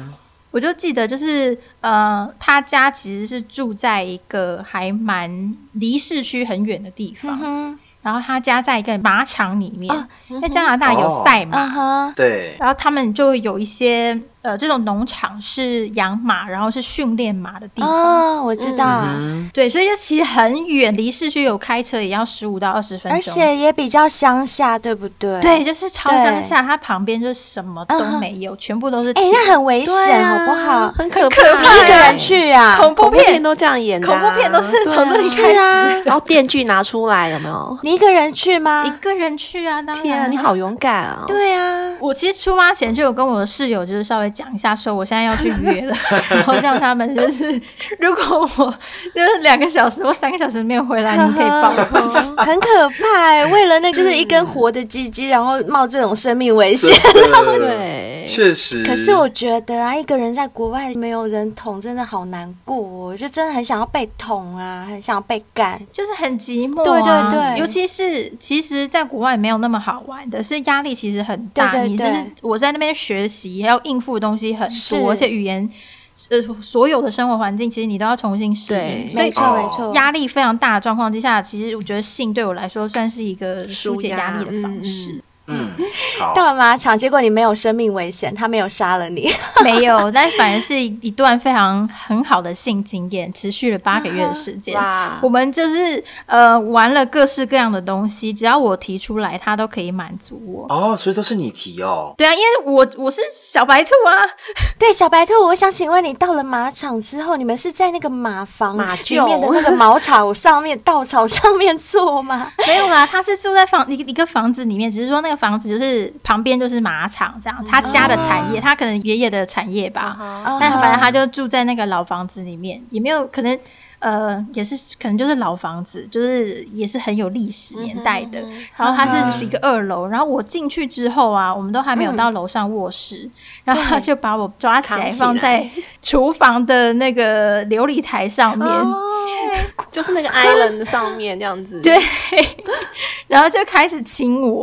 S5: 我就记得就是呃，他家其实是住在一个还蛮离市区很远的地
S2: 嗯
S5: 方，
S2: 哼，
S5: 然后他家在一个马场里面，
S2: 哦
S5: 因为加拿大有赛马，
S2: 嗯哼，
S4: 对，
S5: 然后他们就有一些呃，这种农场是养马，然后是训练马的地方。
S2: 哦，我知道，
S4: 嗯，
S5: 对，所以就其实很远，离市区有开车也要十五到二十分
S2: 而
S5: 钟。
S2: 且也比较乡下，对不对？哎
S5: 对，就是超乡下，它旁边就是什么都没有，全部都是
S2: 哎、
S5: 田
S2: 那很危
S3: 对
S2: 险，
S3: 啊
S2: 好不好？
S3: 很可
S5: 可
S3: 怕
S5: 怕
S2: 你一个
S5: 欸
S2: 人去啊？
S5: 恐怖
S3: 恐怖片
S5: 片，
S3: 都这样演的啊、
S5: 恐怖片都是
S3: 对啊
S5: 从这里
S2: 是
S5: 开始。
S2: 啊，
S3: 然后电锯拿出来有没有？
S2: 你一个人去吗
S5: 一？个人去啊，当然。
S3: 天啊，你好勇敢啊、哦！
S2: 对啊，
S5: 我其实出发前就有跟我的室友就是稍微讲一下，说我现在要去约 了，然后让他们就是，如果我就是两个小时或三个小时没有回
S2: 啊
S5: 来，你可以报 警。
S2: 很可怕、欸。为了那就是一根活的鸡鸡，然后冒这种生命危险
S4: 真。的，
S3: 对
S4: 确实。
S2: 可是我觉得啊，一个人在国外没有人捅，真的好难过、哦。我就真的很想要被捅啊，很想要被干。
S5: 就是很寂寞、
S2: 对
S5: 啊，
S2: 对对
S5: 尤其是其实，在国外没有那么好玩的，是压力其实很大。
S2: 对对对
S5: 你就是我在那边学习，要应付的东西很
S2: 是
S5: 多，而且语言，呃，所有的生活环境，其实你都要重新适应。
S3: 对
S5: 所
S2: 没
S5: 以
S2: 错，
S4: 哦
S2: 没错，
S5: 压力非常大的状况之下，其实我觉得性对我来说算是一个疏解
S3: 舒压
S5: 压力的方式。
S3: 嗯
S4: 嗯，好，
S2: 到了马场，结果你没有生命危险，他没有杀了你。
S5: 没有，但反而是一段非常很好的性经验，持续了八个月的时间。
S3: 哇
S5: 我们就是呃玩了各式各样的东西，只要我提出来，他都可以满足我。
S4: 哦，所以都是你提哦。
S5: 对啊，因为我我是小白兔啊，
S2: 对，小白兔，我想请问你，到了马场之后，你们是在那个马房
S3: 马
S2: 里面的
S3: 厩
S2: 那个茅草上面、稻草上面坐吗？
S5: 没有啦，他是住在房一一个房子里面，只是说那个房子就是旁边就是马场这样，他家的产业，他可能爷爷的产业吧。
S2: 啊
S5: 但反正他就住在那个老房子里面，也没有可能，呃，也是可能就是老房子，就是也是很有历史年代
S3: 嗯
S5: 的。然后它是一个二楼，然后我进去之后啊，我们都还没有到楼上卧室，然后他就把我抓起
S3: 嗯
S5: 来
S3: 扛起来
S5: 放在厨房的那个琉璃台上面，
S3: 哦就是那个 island 上面这样子。
S5: 对，然后就开始亲我，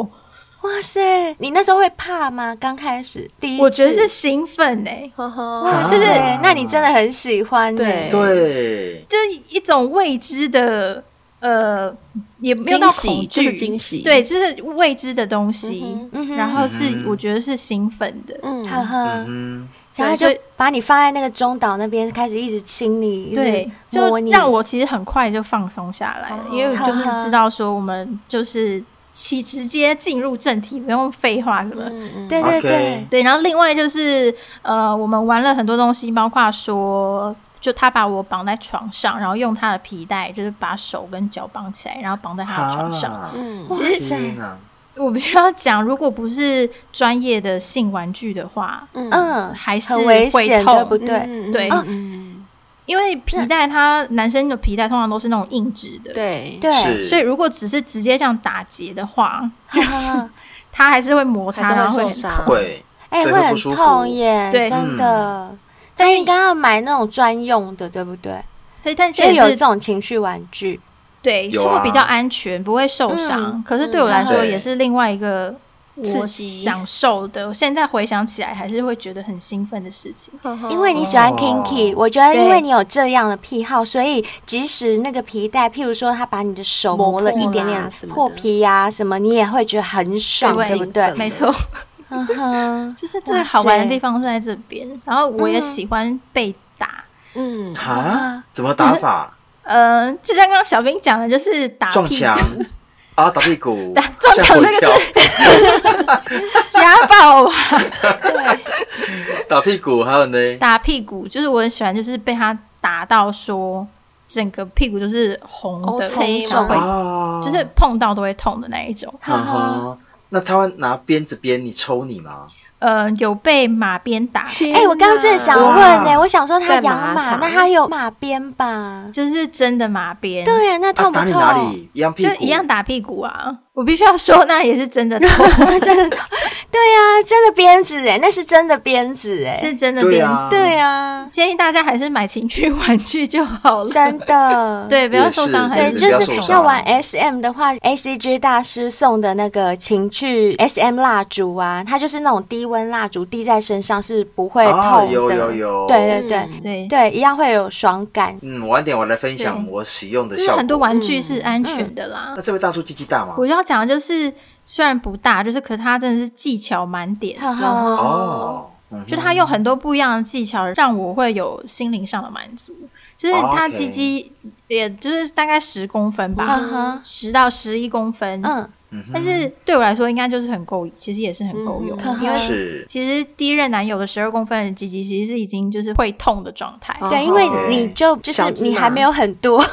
S2: 哇塞，你那时候会怕吗？刚开始第一次，
S5: 我觉得是兴奋哎、
S3: 呵呵，
S2: 哇
S4: 啊
S2: 塞，那你真的很喜欢欸呢
S3: 对
S4: 对，
S5: 就是一种未知的，呃，也没有到
S3: 惊喜
S5: 恐
S3: 就
S5: 惧，
S3: 是惊喜。
S5: 对，就是未知的东西，
S2: 嗯哼
S5: 然后是、
S4: 嗯哼
S5: 我觉得是兴奋的，
S3: 嗯，
S2: 呵呵，
S4: 嗯
S2: 然后
S5: 对所
S2: 就
S5: 以
S2: 把你放在那个中岛那边，开始一直亲你，一直
S5: 对，就
S2: 摸你，
S5: 让我其实很快就放松下来了，
S3: 哦
S5: 因为就是知道说我们就是起直接进入正题，不用废话了。
S3: 嗯
S2: 对对对
S4: OK
S5: 对，然后另外就是呃，我们玩了很多东西，包括说。就他把我绑在床上，然后用他的皮带，就是把手跟脚绑起来，然后绑在
S4: 哼，
S5: 他的床上。
S4: 啊
S3: 嗯
S2: 哇
S5: 其实
S2: 塞，
S4: 天哪，
S5: 我必须要讲，如果不是专业的性玩具的话，
S3: 嗯
S2: 嗯，
S5: 还是
S2: 很危
S5: 会
S2: 险，
S5: 痛
S2: 对不对？
S3: 嗯
S5: 对
S3: 嗯嗯
S5: 因为皮带它男生的皮带通常都是那种硬质的，，
S3: 对
S2: 对，
S4: 是，
S5: 所以如果只是直接这样打结的话，
S2: 哈哈
S5: 它还是会摩擦，
S3: 还
S5: 然
S3: 是
S5: 后
S3: 会
S5: 会
S3: 受
S5: 很
S3: 伤。
S4: 会
S2: 哎，
S4: 对
S2: 会
S4: 会
S2: 很
S4: 不舒服嗯
S2: 痛耶，
S5: 对
S2: 真的。那应该要买那种专用的，对不对？
S5: 对，但是
S2: 就
S5: 也
S2: 有这
S5: 是
S2: 种情绪玩具，
S5: 对，是
S4: 有啊
S5: 会比较安全，不会受伤。
S2: 嗯
S5: 可是对我来说
S4: 对
S5: 也是另外一个。我
S3: 刺激
S5: 享受的，我现在回想起来还是会觉得很兴奋的事情。
S4: 嗯
S3: 呵呵
S2: 因为你喜
S4: 哦
S2: 欢 kinky，、我觉得
S5: 对
S2: 因为你有这样的癖好，所以即使那个皮带，譬如说他把你的手
S3: 磨
S2: 磨了
S3: 破
S2: 一点
S3: 啦
S2: 点
S3: 什么的
S2: 破皮呀、什么，你也会觉得很爽，
S5: 对
S2: 对不对
S3: 兴？奋
S5: 没错，
S2: 嗯哼，
S5: 就是最好玩的地方是在这边。然后我也喜欢被打，
S3: 嗯
S4: 啊，怎么打法？
S5: 嗯、就像刚刚小兵讲的，就是打
S4: 撞
S5: 屁
S4: 墙啊，打屁股
S5: 打，撞墙那个是
S4: 是
S5: 家暴吧，啊
S4: 打屁股，还有呢，
S5: 打屁股，就是我很喜欢，就是被他打到说整个屁股就是红的，
S3: OK
S5: 然后会
S3: 吗
S4: 啊，
S5: 就是碰到都会痛的那一种。
S4: 啊哈。那他会拿鞭子鞭你抽你吗？
S5: 呃，有被马鞭打，
S2: 哎、我刚刚真的想问呢、
S4: 哇
S2: 我想说他
S3: 在
S2: 养
S3: 马
S2: 马，
S3: 场
S2: 那他有马鞭吧？
S5: 就是真的马鞭，，
S2: 对，那
S4: 啊，
S2: 痛不
S4: 打你
S2: 痛？
S4: 哪里？一样屁
S5: 就
S4: 股，
S5: 一样打屁股啊。我必须要说，那也是真的痛，
S2: 真的痛？对呀、真的鞭子哎、那是真的鞭子哎、
S5: 是真的
S4: 对
S5: 鞭
S4: 啊
S5: 子。
S2: 对呀、
S5: 建议大家还是买情趣玩具就好了，。
S2: 真的
S5: 对，不要受伤
S4: 也
S5: 害
S2: 对，
S4: 是
S5: 自
S4: 不
S5: 己
S2: 就
S4: 要
S5: 的
S4: 受
S2: 是
S5: 手
S4: 伤
S2: 要玩 SM 的话，A C G 大师送的那个情趣 S M 蜡烛啊，它就是那种低温蜡烛，滴在身上是不会痛的。
S4: 啊，有有有，
S2: 对对对、
S5: 对，
S2: 对，一样会有爽感。
S4: 嗯，晚点我来分享
S5: 对
S4: 我使用的
S5: 就是
S4: 效
S5: 很多
S4: 果。
S5: 玩具是安全的啦。
S4: 那这位大叔鸡鸡大吗
S5: 我？要讲的就是，虽然不大，就是可它真的是技巧满点。
S2: 哈
S3: 然
S2: 哈，
S3: 后
S4: 哦，
S5: 就他用很多不一样的技巧，让我会有心灵上的满足。就是他
S4: OK
S5: 鸡鸡，
S2: 哦
S5: 也就是大概十公分
S2: 嗯
S5: 吧
S2: 哼，
S5: 十、到十一公分。
S2: 嗯，
S4: 嗯哼
S5: 但是对我来说，应该就是很够，其实也是很够用，
S2: 嗯
S5: 因为
S4: 是
S5: 其实第一任男友的十二公分的鸡鸡，其实是已经就是会痛的状态。
S3: 哦
S2: 对，因为
S4: 对
S2: 你就就是
S3: 小芝麻
S2: 你还没有很多，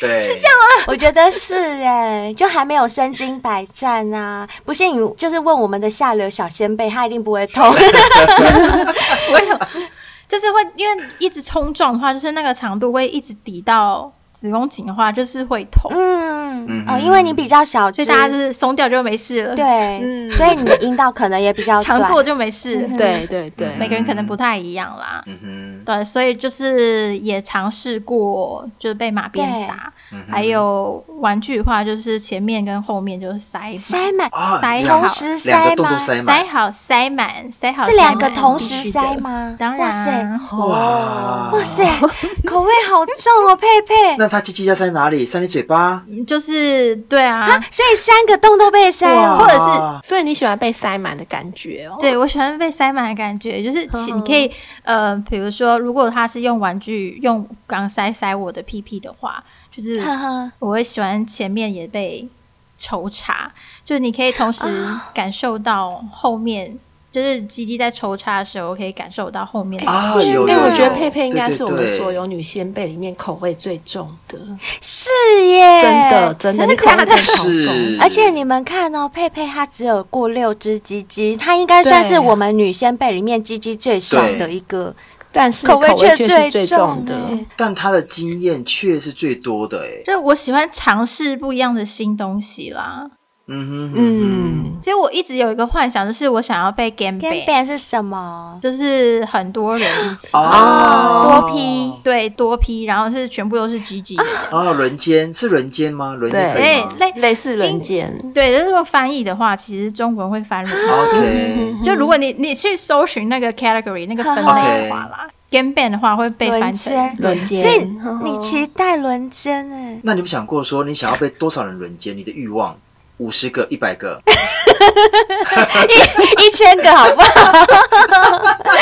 S4: 对是这样。
S5: 啊
S2: 我觉得是哎，就还没有身经百战啊。不信你就是问我们的下流小先辈，他一定不会痛。
S5: 我有，就是会因为一直冲撞的话，就是那个长度会一直抵到子宫颈的话，就是会痛，
S2: 嗯
S4: 嗯，
S2: 哦，
S4: 哼
S2: 因为你比较小
S5: 所
S2: 只
S5: 以，大家就是松掉就没事了，，
S2: 对，
S3: 嗯
S2: 所以你的阴道可能也比较
S5: 常
S2: 短。
S5: 做就没
S2: 嗯
S5: 事了。
S3: 对对对，
S5: 每个人可能不太一样啦。
S4: 嗯哼，
S5: 对，所以就是也尝试过，就是被马鞭打，
S4: 嗯哼
S5: 还有玩具的话，就是前面跟后面就是塞满
S2: 塞满，
S4: 啊，
S5: 塞
S4: 两
S5: 好
S2: 同时
S4: 两
S2: 塞
S4: 个洞
S2: 吗
S4: 都？塞
S5: 塞
S4: 满，
S5: 好塞满塞好
S2: 是两
S5: 塞
S2: 个
S5: 满
S2: 同时塞？
S5: 必须
S2: 吗
S5: 的？当
S2: 哇塞，
S5: 然，
S3: 啊
S4: 哇
S2: 哇！塞，口味好重哦，佩 佩。
S4: 那他鸡鸡要塞哪里？塞你嘴巴？
S5: 就是对啊，
S2: 啊，所以三个洞都被塞
S4: 哇啊
S2: 哦。
S5: 或者是
S3: 所以你喜欢被塞满的感觉哦。
S5: 对我喜欢被塞满的感觉，就是其你可以呃，比如说，如果他是用玩具用钢塞塞我的屁屁的话，就是
S2: 呵呵，
S5: 我会喜欢前面也被抽插，就你可以同时
S4: 啊
S5: 感受到后面，就是鸡鸡在抽插的时候，可以感受到后面的
S4: 啊，有有
S3: 哎、
S4: 有，
S3: 我觉得佩佩应该是我们
S4: 对对对
S3: 所有女先辈里面口味最重的，
S2: 是耶，
S3: 真的。真的，
S5: 真的
S3: 你口味
S5: 假
S3: 真
S5: 的
S3: 的超
S4: 是
S3: 重。
S2: 而且你们看哦，佩佩她只有过六只鸡鸡，她应该算
S3: 对
S2: 是我们女先辈里面鸡鸡最少的一个，
S3: 但是
S2: 口
S3: 口
S2: 味
S3: 味却
S2: 最
S3: 是最重的，
S2: 哎
S4: 但他的经验却是最多的哎。
S5: 就是我喜欢尝试不一样的新东西啦。
S4: 嗯哼，嗯
S3: 嗯，
S5: 其实我一直有一个幻想，就是我想要被 game
S2: Gan
S5: ban，
S2: ban 是什么？
S5: 就是很多人一起
S4: 哼，。
S3: 啊
S4: 哦，
S2: 多批
S5: 对，多批，然后是全部都是 GG 的人。
S4: 哦，轮奸是轮奸吗？轮奸可以
S5: 对
S4: 吗，
S5: 类
S3: 类似人间，
S5: 对，就是说翻译的话，其实中文会翻人。
S4: 哦？OK，
S5: 就如果你你去搜寻那个 category 那个分类的话啦 g a m e ban 的话会被翻
S2: 轮
S5: 成
S2: 奸，
S3: 轮嗯奸。
S2: 所以你期待轮奸哎？
S4: 那你有没有想过说你想要被多少人轮奸？你的欲望五十个、一百个，
S2: 一一千个好不好？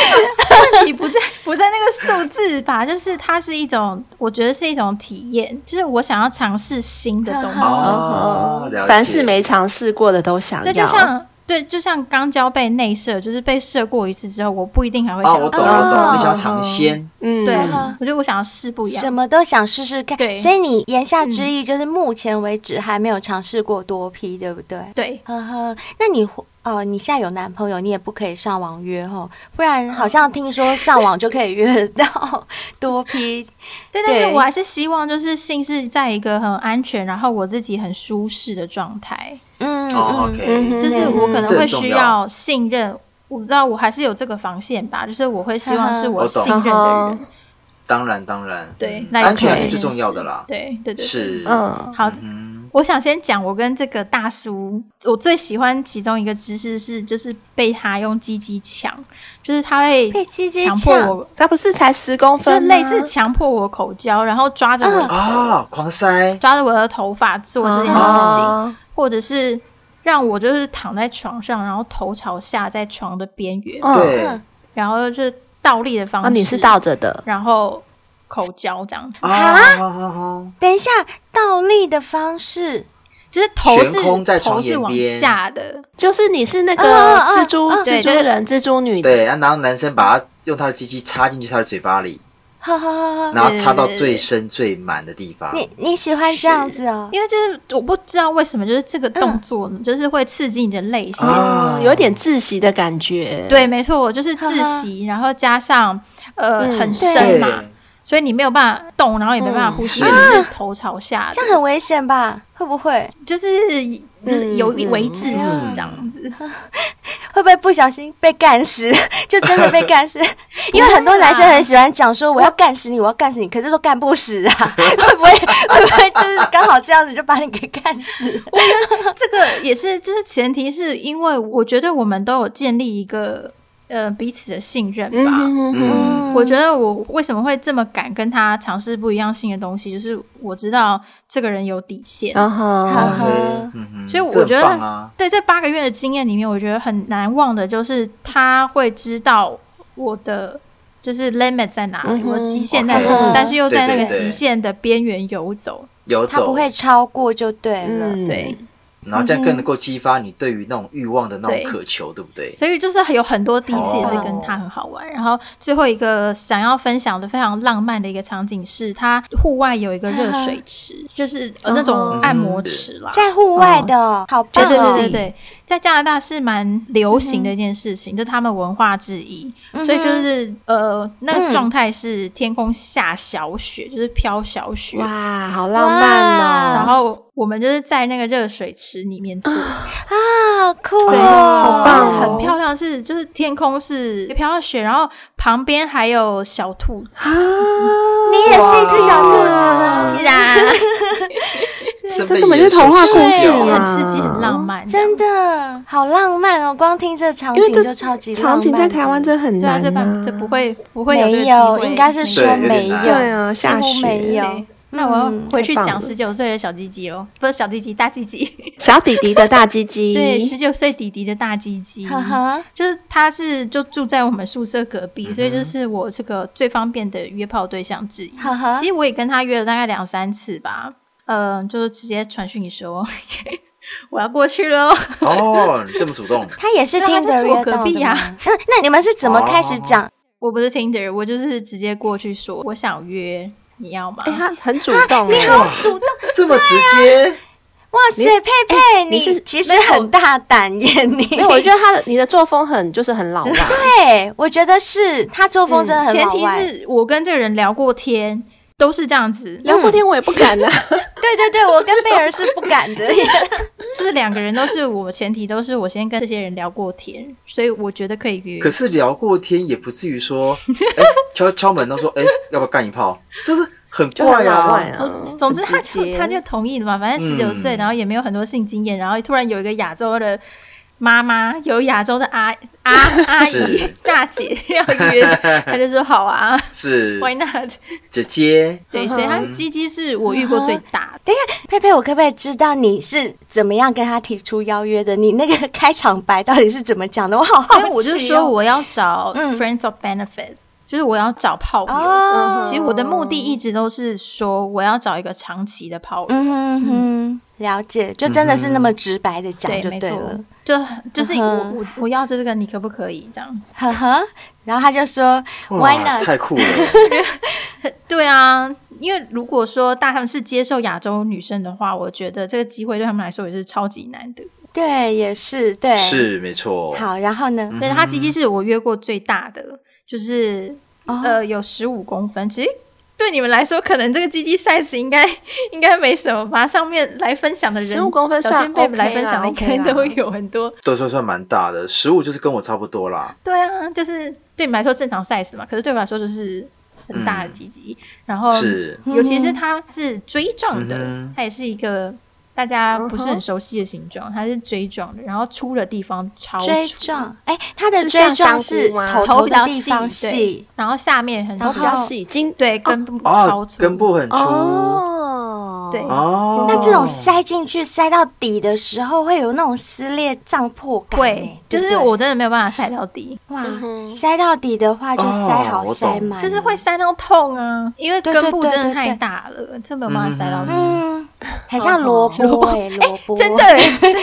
S5: 你不在不在那个数字吧，就是它是一种，我觉得是一种体验，就是我想要尝试新的东
S2: 哦
S5: 西。
S4: 哦，啊了解。
S3: 凡是没尝试过的都想要。
S5: 那就像对，就像肛交被内射，就是被射过一次之后，我不一定还会
S4: 哦，
S5: 想
S4: 我
S5: 要
S4: 懂，
S5: 做。
S4: 我
S2: 哦
S4: 懂，你想要尝鲜，
S3: 嗯，
S5: 对
S2: 嗯，
S5: 我觉得我想要试不一样
S2: 什。么都想试试看，
S5: 对
S2: 所以你言下之意就是目前为止还没有尝试过多批，对不对？
S5: 对，
S2: 呵呵，那你哦、你现在有男朋友，你也不可以上网约哦，不然好像听说上网就可以约得到多批。
S5: 对，但是
S2: 对
S5: 我还是希望就是性是在一个很安全，然后我自己很舒适的状态。
S2: 嗯
S4: 哦
S2: 嗯，
S5: 就
S3: 嗯
S5: 是我可能
S4: 这
S5: 会
S4: 很重
S5: 需
S4: 要
S5: 要信任，我知道我还是有这个防线吧，就是我会希望是
S2: 嗯
S4: 我
S5: 我
S4: 懂
S5: 信任的
S3: 嗯
S5: 人，
S4: 当然当然，
S5: 对
S4: 嗯，
S5: 来
S4: 安全还
S5: 做
S4: 是
S5: 这
S4: 最
S5: 件
S4: 重要
S5: 事
S4: 的啦，
S5: 对对对，对。
S4: 是，
S3: 嗯，
S5: 好，
S4: 嗯，
S5: 我想先讲我跟这个大叔，我最喜欢其中一个姿势是，就是被他用鸡鸡抢，就是他会
S2: 被鸡鸡
S5: 强迫
S2: 呛
S5: 我，
S3: 他不是才十公
S5: 就是
S3: 分吗，嗯
S5: 类似强迫我口交，然后抓着我的头、
S4: 啊，狂塞，
S5: 抓着我的头发做这件事情，
S3: 哦
S5: 或者是让我就是躺在床上，然后头朝下在床的边缘，
S3: 嗯
S4: 对，
S2: 嗯
S5: 然后就是倒立的方式，
S3: 哦，你是倒着的，
S5: 然后口交这样子，
S4: 啊，好好好
S2: 等一下，倒立的方式，
S5: 就是头是
S4: 悬空在床
S5: 头
S4: 沿
S5: 是往
S4: 边
S5: 下的，
S3: 就是你是那个
S2: 嗯嗯嗯
S3: 蜘蛛
S2: 嗯
S3: 蜘蛛
S5: 对
S3: 人、蜘蛛女的，
S4: 对，啊然后男生把他用他的鸡鸡插进去他的嘴巴里，
S2: 哈哈哈
S5: 嗯
S2: 哈。
S4: 然后插到最深最满的地方。
S2: 你你喜欢这样子哦？
S5: 因为就是我不知道为什么就是这个动作呢，就是会刺激你的泪腺。
S4: 啊
S3: 有点窒息的感觉。
S5: 对，没错，我就是窒息，然后加上呃、
S3: 嗯
S5: 很
S4: 对
S5: 深嘛，所以你没有办法动，然后也没办法呼吸，
S4: 嗯
S5: 你就是头朝下的
S2: 这，样很危险吧？会不会
S5: 就是
S3: 嗯
S5: 有
S3: 嗯
S5: 为窒息
S4: 嗯
S5: 这样子。
S2: 会不会不小心被干死？ 就真的被干死？因为很多男生很喜欢讲说我要干死你，我要干死你，可是都干不死啊， 会不会会不会就是刚好这样子就把你给干 死？
S5: 我觉得这个也是，就是前提是因为我觉得我们都有建立一个呃彼此的信任吧。
S3: 嗯哼哼哼
S4: 嗯，
S5: 我觉得我为什么会这么敢跟他尝试不一样性的东西，就是我知道这个人有底线。
S3: 然后
S2: 好
S4: 对
S2: 呵，
S4: 嗯哼
S5: 所以我
S4: 这很
S5: 觉得
S4: 棒啊，
S5: 对这八个月的经验里面，我觉得很难忘的就是他会知道我的就是 limit 在哪里，
S3: 嗯哼
S5: 我的极限在什
S2: OK
S5: 么，但是又在那
S4: 哦对
S5: 个
S4: 对对
S5: 极限的边缘游走。
S4: 游
S2: 他
S4: 走，
S2: 不会超过就对了。
S3: 嗯，
S5: 对，
S4: 然后这样更能够激发你对于那种欲望的那种
S5: 对
S4: 渴求，对不对？
S5: 所以就是有很多第一次也是
S3: 哦
S5: 跟他很好玩。然后最后一个想要分享的非常浪漫的一个场景是，他户外有一个热水池，就是呃那
S3: 嗯
S5: 种按摩池啦。
S2: 在户外的哦、好棒
S5: 对
S2: 哦！
S5: 对对对对，在加拿大是蛮流行
S3: 嗯
S5: 的一件事情，这是他们文化之一。
S2: 嗯哼
S5: 所以就是呃，那
S2: 嗯
S5: 个状态是天空下小雪，就是飘小雪，
S3: 哇，好浪漫
S5: 然
S3: 哦，
S5: 后我们就是在那个热水池里面坐，
S2: 啊，好酷
S5: 对，
S2: 哦，
S3: 好棒哦
S5: 很漂亮，是就是天空是飘到雪，然后旁边还有小兔子，
S2: 你也是一只小兔子啊，
S5: 是啊，
S4: 这
S3: 这根本就是童话故事啊
S2: 对
S5: 很
S3: 嘛，
S5: 刺激，很浪漫，
S2: 真。的好浪漫哦！光听这场
S3: 因为
S2: 景
S3: 这
S2: 就超级浪漫
S3: 场
S2: 的
S3: 景在台湾真的很
S5: 对啊，
S3: 难
S5: 这
S3: 啊
S5: 办，这不会不会有这个
S2: 没
S5: 机会，
S2: 有，应该是说
S4: 对有点
S2: 没有，
S4: 难
S3: 对
S2: 几
S3: 啊
S2: 乎
S3: 下雪
S2: 没有嗯
S5: 对。那我要回去
S3: 太棒
S5: 讲
S3: 了
S5: 十九岁的小鸡鸡哦，不是小鸡鸡，大鸡鸡。
S3: 小弟弟的大鸡鸡，
S5: 对，十九岁弟弟的大鸡鸡，
S2: 呵呵，
S5: 就是他是就住在我们宿舍隔
S2: 嗯
S5: 壁，所以就是我这个最方便的约炮对象之一。
S2: 呵呵
S5: 其实我也跟他约了大概两三次吧，嗯、就是直接传讯你说 我要过去了，
S4: 哦，你这么主动，
S2: 他也是
S5: 对啊
S2: 听着
S5: 他就住我
S2: 约到
S5: 隔
S2: 的
S5: 壁啊
S2: 吗嗯那你们是怎么开始讲？
S5: 我不是 Tinder，我就是直接过去说我想约，你要吗？
S3: 哎，他很主动
S2: 你
S3: 哎，
S2: 好主动，
S4: 这么直
S5: 啊
S4: 接，
S2: 哇塞，佩
S5: 哎
S2: 佩，
S3: 你是
S2: 其实很大胆耶，你。
S3: 没有，我觉得他的你的作风很就是很老辣，
S2: 对，我觉得是他作风真的很
S5: 嗯前
S2: 老
S5: 提
S2: 外。
S5: 是我跟这个人聊过天，都是这样子，
S2: 嗯
S3: 聊过天我也不敢啊，
S2: 对对对，我跟贝尔是不敢 的。
S5: 就是两个人都是我前提都是我先跟这些人聊过天，所以我觉得可以约。
S4: 可是聊过天也不至 于说，哎，敲敲门，然后说，哎，要不要干一炮？这是很
S3: 就很
S4: 怪
S3: 老外
S4: 啊，
S3: 啊
S5: 总，总之，他
S3: 很直
S5: 就
S3: 接
S5: 他就同意了嘛，反正十九
S4: 嗯
S5: 岁，然后也没有很多性经验，然后突然有一个亚洲的妈妈，有亚洲的阿 阿阿姨
S4: 是
S5: 大姐要约，他就说好啊
S4: 是
S5: ，Why not？
S4: 姐姐，
S5: 对，所以他鸡鸡是我遇过最大的。
S2: 佩佩，我可不可以知道你是怎么样跟他提出邀约的？你那个开场白到底是怎么讲的？我好好奇、哦。
S5: 因为我就说我要找
S2: 嗯
S5: friends of benefit，就是我要找炮友。
S2: 哦，
S5: 其实我的目的一直都是说我要找一个长期的炮友。
S2: 嗯哼哼，了解，就真的是那么直白的讲
S5: 对，
S2: 就
S5: 没
S2: 对
S5: 错
S2: 了，，
S5: 就就是我
S2: 嗯哼
S5: 我我要这个，你可不可以这样？
S2: 呵呵。然后他就说，Why
S4: 哇，
S2: not？
S4: 太酷了，
S5: 对啊，因为如果说大他们是接受亚洲女生的话，我觉得这个机会对他们来说也是超级难
S3: 嗯
S5: 得。
S2: 对，也是对，
S4: 是没错，
S2: 好。然后
S4: 嗯
S2: 呢？
S5: 所以它鸡鸡是我约过最大的，就是、
S2: 哦，
S5: 呃有十五公分。其实对你们来说，可能这个鸡鸡 size 应该 应该没什么吧。上面来分享的人，
S3: 15公分
S5: 小
S3: 算
S5: 先辈
S3: OK 啦
S5: 来分享的应
S3: OK
S5: 该
S3: 啦
S5: 都有很多。
S4: 都算算蛮大的，食物就是跟我差不多啦，
S5: 对啊，就是对你们来说正常 size 嘛，可是对我来说就是很
S3: 嗯
S5: 大的鸡鸡。然
S2: 哦
S5: 后
S4: 是
S5: 尤其
S2: 嗯
S5: 是它是锥状的，
S4: 嗯哼
S5: 它也是一个大家
S2: 嗯
S5: 不是很熟悉的形状，它是锥状的，然后粗的地方超粗，
S2: 锥状，哎，他的
S3: 是
S2: 锥
S3: 像
S2: 状
S3: 香
S2: 是
S3: 菇吗
S2: 头
S5: 头比
S2: 的
S5: 较
S2: 地
S5: 细
S2: 方，
S5: 对
S2: 细，哦
S5: 然后下面很
S3: 然后
S5: 粗
S3: 比较细，精
S5: 对，根部超
S4: 啊，
S5: 粗，
S4: 根部很粗
S3: 哦，
S5: 对
S4: 哦。
S2: 那这种塞进去塞到底的时候，会有那种撕裂胀破感呢，
S5: 会，就
S2: 对不
S5: 是
S2: 对
S5: 我真的没有办法塞到底，
S2: 哇
S3: 嗯，哼
S2: 塞到底的话就塞好
S4: 哦我懂
S2: 塞满，
S5: 就是会塞到痛啊，因为
S2: 对
S5: 根部
S2: 对对
S5: 真
S2: 对
S5: 的太
S2: 对
S5: 大了，真没有办法塞到底。
S2: 嗯，很像萝
S5: 哦
S2: 卜 哎，萝卜
S5: 真的欸，真的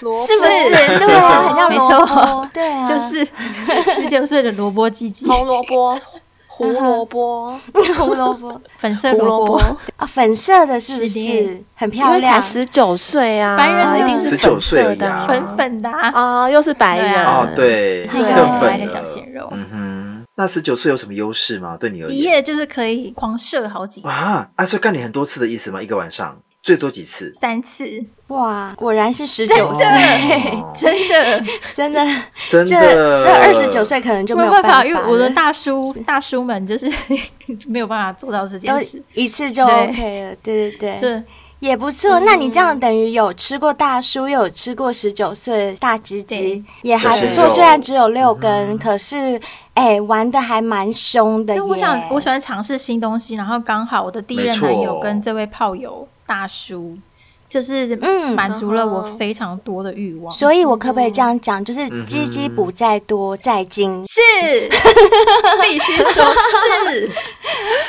S3: 萝卜
S2: 是不是？
S5: 是
S2: 对啊，
S5: 是
S2: 很像
S5: 没
S2: 萝卜
S5: 错，
S2: 对啊，
S5: 就是 十九岁的萝卜鸡鸡，
S3: 红萝 卜、胡萝卜，
S2: 胡萝卜
S5: 粉色
S3: 胡
S5: 萝
S3: 萝
S5: 卜
S3: 卜，
S2: 啊，粉色的是不
S5: 是
S2: 是
S5: 的
S2: 很
S3: 因
S2: 漂
S3: 为才
S2: 亮？
S3: 十九岁啊，
S5: 白人呢
S3: 一定是
S4: 19岁而
S3: 粉色
S4: 已
S3: 的
S4: 啊
S5: 粉粉的啊，
S3: 啊，又是白
S5: 对
S3: 人
S4: 哦，，
S5: 啊
S4: 对，
S5: 是一
S4: 更
S5: 个
S2: 很
S5: 白
S4: 粉
S5: 的小
S4: 了。
S5: 鲜肉，
S4: 嗯哼，那十九岁有什么优势吗？对你而
S5: 一
S4: 言
S5: 夜就是可以狂射好几
S4: 啊，啊，所以干你很多次的意思吗？一个晚上最多几次？
S5: 三次，
S2: 哇，果然是十九岁，
S4: 哦
S5: 真的
S2: 真的，
S4: 真
S2: 这
S4: 的，
S2: 这二十九岁可能就
S5: 没
S2: 有
S5: 有办
S2: 法
S5: 法，
S2: 了，
S5: 因为我的大叔大叔们就是 没有办法做到这件
S2: 都
S5: 事，
S2: 一次就
S5: 对
S2: OK 了，对对对，
S5: 对，嗯
S2: 也不错。那你这样等于有吃过大叔，又有吃过十九岁的大鸡鸡
S5: 对，
S2: 也还不
S4: 就是
S2: 错。
S4: 有嗯
S2: 虽然只有六根，可是哎、玩的还蛮凶的耶。
S5: 就我想，我喜欢尝试新东西，然后刚好我的第一
S4: 没
S5: 任
S4: 错
S5: 男友跟这位炮友大叔，就是
S2: 嗯
S5: 满足了我
S3: 嗯哼
S5: 非常多的欲望。
S2: 所以我可不可以这样讲？
S4: 嗯
S2: 就是鸡鸡补再多再精。
S5: 是，必须 说是。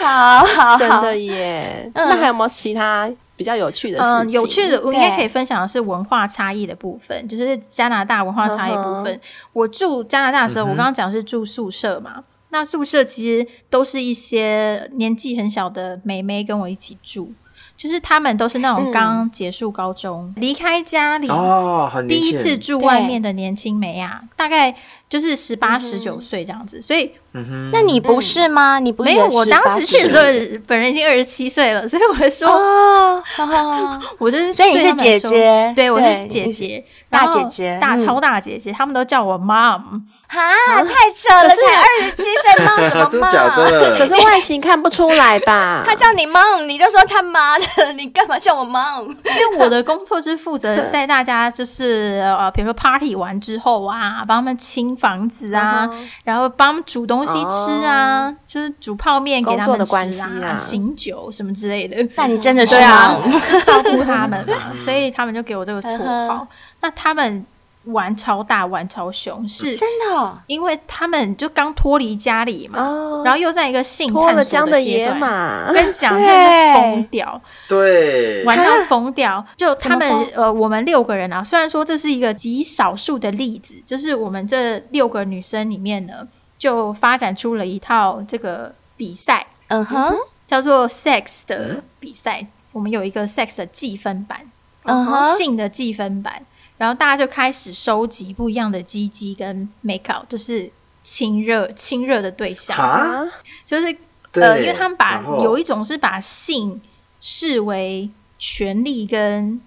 S5: 啊
S2: 好好
S3: 真
S2: 好，
S3: 的耶。
S2: 嗯
S3: 那还有没有其他比较有趣的事
S5: 嗯，
S3: 情？
S5: 有趣的，我应该
S2: 对
S5: 可以分享的是文化差异的部分，就是加拿大文化差异部分。
S3: 嗯
S5: 我住加拿大的时候，
S4: 嗯哼
S5: 我刚刚讲是住宿舍嘛，那宿舍其实都是一些年纪很小的妹妹跟我一起住，就是她们都是那
S3: 嗯
S5: 种刚结束高中、离开家里。
S4: 哦，很
S5: 哎第
S4: 年
S5: 一
S4: 轻
S5: 次
S4: 人，
S5: 住外面的年轻妹啊，大概就是十八、十九岁这样子，所以
S4: 嗯哼，
S2: 那你不是吗？你不是
S5: 嗯没有。
S2: 也
S5: 我
S2: 是
S5: 当
S2: 八
S5: 时
S2: 岁
S5: 去的时候，本人已经二十七岁了，所以我说、
S2: 哦，好好 好
S5: 我就是，
S2: 所以你是姐姐
S5: 对我
S2: 对
S5: 是姐
S2: 你
S5: 姐，
S2: 大
S5: 然后
S2: 姐姐
S5: 大
S2: 嗯
S5: 超大姐姐，他们都叫我 mom。
S2: 哈，太扯了，才二十七岁，冒什么
S4: 真
S2: 冒？
S4: 的假的？
S3: 可是外形看不出来吧？
S2: 他叫你 mom，你就说他妈的，你干嘛叫我 mom？
S5: 因为我的工作就是负 责在大家就是呃，比如说 party 完之后啊，帮他们清房子
S2: 嗯
S5: 啊，然后帮他们煮东西吃啊，
S2: 哦
S5: 就是煮泡面给
S3: 工
S5: 他
S3: 作
S5: 们
S3: 的
S5: 吃
S3: 关系
S5: 啊，
S3: 啊
S5: 醒酒什么之类的。
S2: 那你真的是
S5: 对啊
S2: mom，，
S5: 照顾他们 嘛，所以他们就给我这
S2: 嗯
S5: 个绰
S2: 呵
S5: 号。那他们玩超大，玩超凶，是
S2: 真的哦
S5: 因为他们就刚脱离家里嘛，
S3: 哦，
S5: 然后又在一个性
S3: 脱
S5: 探
S3: 了
S5: 索
S3: 缰的
S5: 阶
S3: 野
S5: 段。
S3: 马
S5: 我，跟你 讲，真的是疯掉，
S4: 对，
S5: 玩到疯 掉。就
S3: 怎么
S5: 他们
S3: 疯
S5: 呃，我们六个人啊，虽然说这是一个极少数的例子，就是我们这六个女生里面呢，就发展出了一套这个比赛，
S2: 嗯哼，
S5: 叫做 sex 的比赛。我们有一个 sex 的计分板，哦
S2: 嗯哼，
S5: 性的计分板，然后大家就开始收集不一样的鸡鸡跟 make out，就是亲热亲热的对象。
S4: 啊，
S5: 就是
S4: 对
S5: 呃呃，因为他们把
S4: 然后
S5: 有一种是把性视为权利跟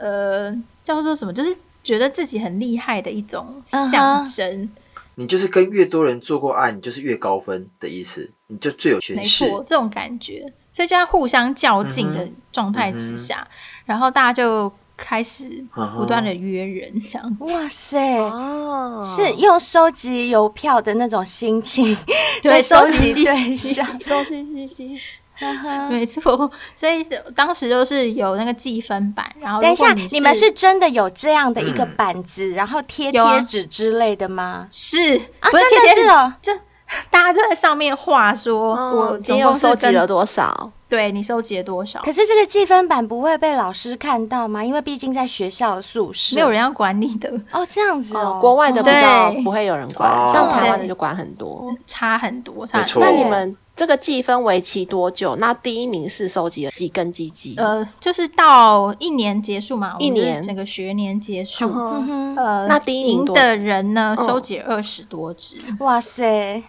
S5: 呃叫做什么，就是觉得自己很厉害的一种
S2: 嗯
S5: 象征。
S4: 你就是跟越多人做过爱，你就是越高分的意思，你就最有权
S5: 没
S4: 势。
S5: 错，这种感觉，所以就在互相较劲的
S4: 嗯嗯
S5: 状态之下，然后大家就开始不断的约人，这样。
S2: 哇塞。
S3: 哦，
S2: 是用收集邮票的那种心情，在
S5: 对
S2: 收
S5: 收集
S2: 集
S5: 机
S2: 对象，
S3: 收集信息，
S2: 嗯哼
S5: 没错，所以当时就是有那个计分板，然 后
S2: 等一下
S5: 如果，你
S2: 你们是嗯真的有这样的一个板子，然后贴
S5: 有啊
S2: 贴纸之类的吗？
S5: 是
S2: 啊，
S5: 不
S2: 真
S5: 是天天
S2: 的是哦，
S5: 这大家都在上面画说，
S3: 哦
S5: 我
S3: 今
S5: 总
S3: 天又
S5: 共
S3: 收
S5: 是
S3: 集
S5: 跟
S3: 了多少？
S5: 对你收集了多少
S2: 可，是这个计分板不会被老师看到吗？因为毕竟在学校的宿舍，
S5: 没有人要管你的，
S2: 哦，这样子哦，
S3: 哦，国外的比较
S5: 对
S3: 不会有人管
S4: 哦，
S3: 像台湾的就管很多。
S5: 差很多，差
S4: 没
S5: 很
S4: 错，
S5: 多。
S3: 那你们这个计分为期多久？那第一名是收集了几根鸡鸡？
S5: 呃，就是到一年结束嘛，
S3: 一
S5: 我们就是
S3: 年
S5: 整个学年结束
S2: 嗯
S3: 嗯，
S2: 哼，
S3: 哼，
S5: 呃，
S3: 那第一名
S5: 赢
S3: 多
S5: 的人呢，
S3: 嗯
S5: 收集二十多只。
S2: 哇塞，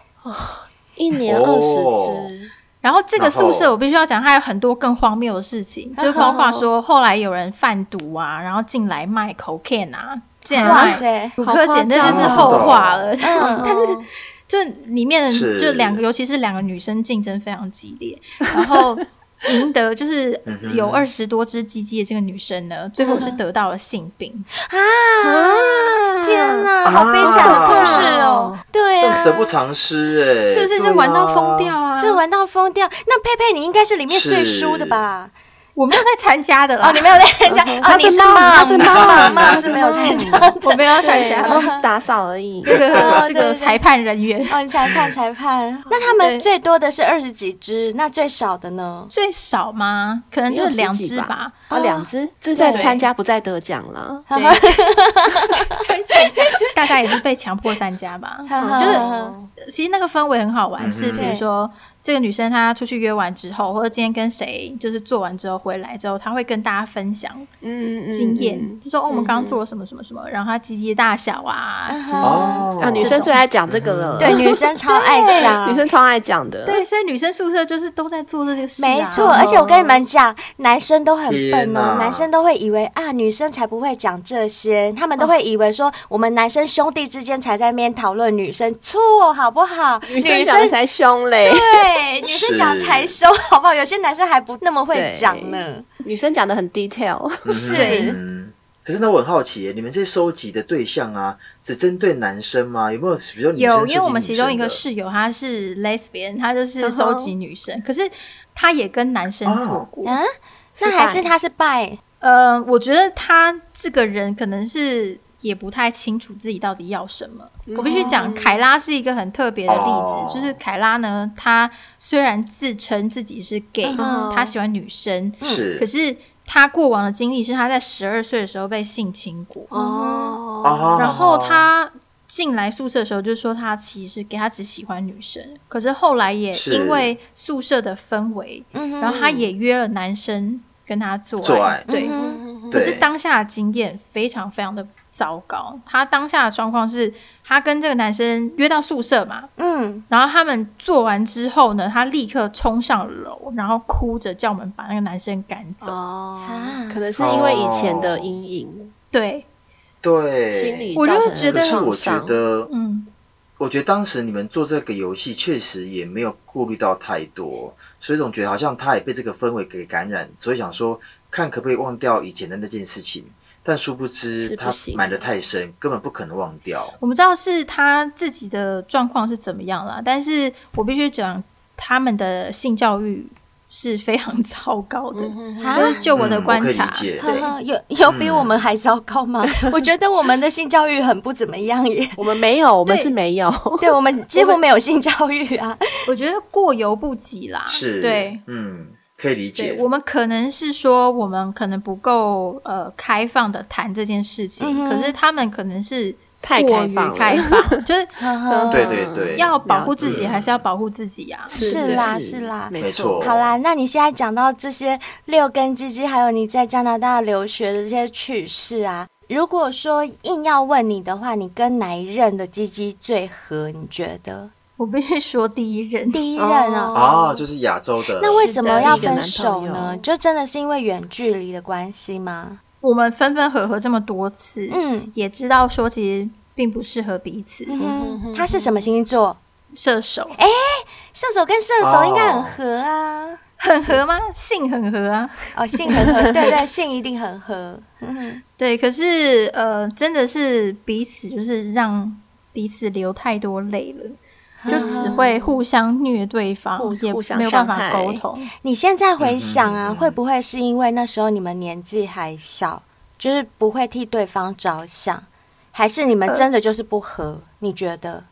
S3: 一年二
S4: 哦
S3: 十只，
S5: 然后这个
S4: 然后
S5: 宿舍我必须要讲，还有很多更荒谬的事情，就包括说后来有人贩毒啊，然后进来卖 cocaine 啊，进来
S2: 哇
S5: 卖
S2: 塞，
S5: 骨科碱，那就是
S4: 好夸张哦
S5: 后话了。
S2: 嗯，
S5: 就里面的
S4: 是
S5: 就两个，尤其是两个女生竞争非常激烈，然后赢得就是有二十多只鸡鸡的这个女生呢，最后是得到了性病。
S2: 啊，天哪，好悲惨的故事哦，对
S4: 这
S2: 啊，
S4: 得不偿失哎、
S5: 是不
S4: 对
S5: 是就
S4: 啊
S5: 玩到疯掉？啊？
S2: 这玩到疯掉。那佩佩，你应该是里面最
S4: 是
S2: 输的吧？
S5: 我没有在参加的啦，
S2: 哦，你没有在参 加，哦，你
S3: 他啊是
S2: 是
S3: 妈
S2: 妈，
S3: 妈啊他是妈妈
S2: 妈是没有参加的。
S5: 我没有参加
S3: 然
S5: 的
S3: 后是打扫而已。
S5: 这个
S2: 哦对对
S5: 这个
S2: 对
S5: 裁判人员。
S2: 哦，你裁判裁 判，那他们最多的是二十几只，那最少的呢？
S5: 最少吗？可能就是两 只吧。
S3: 啊，两只，这在参加不在得奖了。
S5: 对大家也是被强迫参加吧。
S2: 哦 就是
S5: 其实那个氛围很好玩，
S4: 嗯
S5: 是比
S4: 哼
S5: 如说这个女生她出去约完之后，或者今天跟谁就是做完之后回来之后，她会跟大家分享
S3: 嗯，嗯
S5: 经验，
S3: 嗯
S5: 就说哦我们刚刚做了什么什么什么，然后她鸡鸡大小啊，
S4: 哦，
S3: 啊，女生最爱讲这个了。
S2: 对，女生超爱讲，
S3: 女生超爱讲的。
S5: 对，所以女生宿舍就是都在做这些事、啊，
S2: 没错，而且我跟你们讲，男生都很
S4: 天
S2: 笨哦
S4: 哪，
S2: 男生都会以为啊，女生才不会讲这些，他们都会以为说我们男生兄弟之间才在那边讨论女生，错好不好？
S3: 女生讲的才凶嘞。
S2: 对，女生讲才凶，好不好？有些男生还不那么会
S3: 对
S2: 讲呢。
S3: 女生讲的很 detail，
S5: 是
S4: 嗯，可是呢，我很好奇耶，你们这收集的对象啊，只针对男生吗？有没有比如说女生收
S5: 有，
S4: 集
S5: 因为我们
S4: 女
S5: 其中一
S4: 生
S5: 个
S4: 的
S5: 室友她是 lesbian，她就是收集女生，可是她也跟男生做
S4: 哦
S5: 过。
S2: 啊，那还是他是拜
S5: 呃，我觉得她这个人可能是也不太清楚自己到底要什么。我必须讲，凯拉是一个很特别的例子，
S4: 哦
S5: 就是凯拉呢，她虽然自称自己是 gay，、
S3: 嗯
S5: 她喜欢女生，
S4: 是
S5: 嗯可是她过往的经历是她在十二岁的时候被性侵过。
S3: 哦，
S4: 哦
S5: 然后他进来宿舍的时候就说他其实给他只喜欢女生，可是后来也
S4: 是
S5: 因为宿舍的氛围，
S2: 嗯
S5: 然后他也约了男生跟他做
S4: 做爱
S2: 嗯
S5: 对。可
S4: 对
S5: 是当下的经验非常非常的糟糕，他当下的状况是，他跟这个男生约到宿舍嘛，
S2: 嗯，
S5: 然后他们做完之后呢，他立刻冲上楼，然后哭着叫我们把那个男生赶走。
S3: 哦
S2: 啊，
S3: 可能是因为以前的阴影，
S5: 对，
S4: 对
S3: 心理
S5: 我就
S3: 造成的
S5: 觉得
S4: 可是
S3: 创
S4: 我觉
S3: 伤
S4: 得，
S5: 嗯，
S4: 我觉得当时你们做这个游戏确实也没有顾虑到太多，所以总觉得好像他也被这个氛围给感染，所以想说看可不可以忘掉以前的那件事情。但殊不
S3: 是
S4: 知
S3: 不
S4: 他
S3: 行
S4: 埋得太深，根本不可能忘掉。
S5: 我们知道是他自己的状况是怎么样啦，但是我必须讲，他们的性教育是非常糟糕
S3: 嗯
S5: 的。
S2: 啊，
S5: 就是就我的观
S4: 嗯嗯、我可以
S5: 察
S4: 理，解。
S5: 对
S2: 啊有有比我们还糟糕吗？我觉得我们的性教育很不怎么样耶。
S3: 我们没有，我们
S5: 对
S3: 是没有，
S2: 对我们几乎没有性教育啊，
S5: 我觉得过犹不及啦。
S4: 是，
S5: 对，
S4: 嗯，可以理
S5: 对
S4: 解，
S5: 我。们可能是说，我们可能不够呃开放的谈这件事情，
S2: 嗯哼
S5: 可是他们可能是
S3: 太
S5: 过
S3: 开
S5: 于
S3: 放了
S5: 开 放 嗯就是
S4: 对对对，
S5: 要保护自
S4: 了
S5: 己，
S4: 解
S5: 还是要保护自己啊呀、
S2: 是啦是啦
S4: 没错
S2: 好啦，那你现在讲到这些六根鸡鸡，还有你在加拿大留学的这些趣事啊，如果说硬要问你的话，你跟哪一任的鸡鸡最合？你觉得
S5: 我必须说第一人，
S2: 第一任啊？
S4: 啊，就是亚洲的，
S2: 那为什么要分
S3: 哦是
S2: 手
S3: 的一个男朋
S2: 呢
S3: 友？
S2: 就真的是因为远距离的关系吗？
S5: 我们分分合合这么多次，
S2: 嗯
S5: 也知道说其实并不适合彼此。
S2: 嗯哼，他是什么星座？
S5: 射手
S2: 射手跟射手应该很合啊。
S5: 很合吗？性很合啊。
S2: 哦，性很合，对对，性一定很合。
S5: 对，可是呃，真的是彼此就是让彼此流太多泪了，
S2: 嗯
S5: 就只会互相虐对方，
S3: 啊互
S5: 也
S3: 互相
S5: 没有办法
S3: 伤害
S5: 沟通。
S2: 你现在回想啊，
S4: 嗯嗯嗯
S2: 会不会是因为那时候你们年纪还小，就是不会替对方着想，还是你们真的就是不合？你觉得？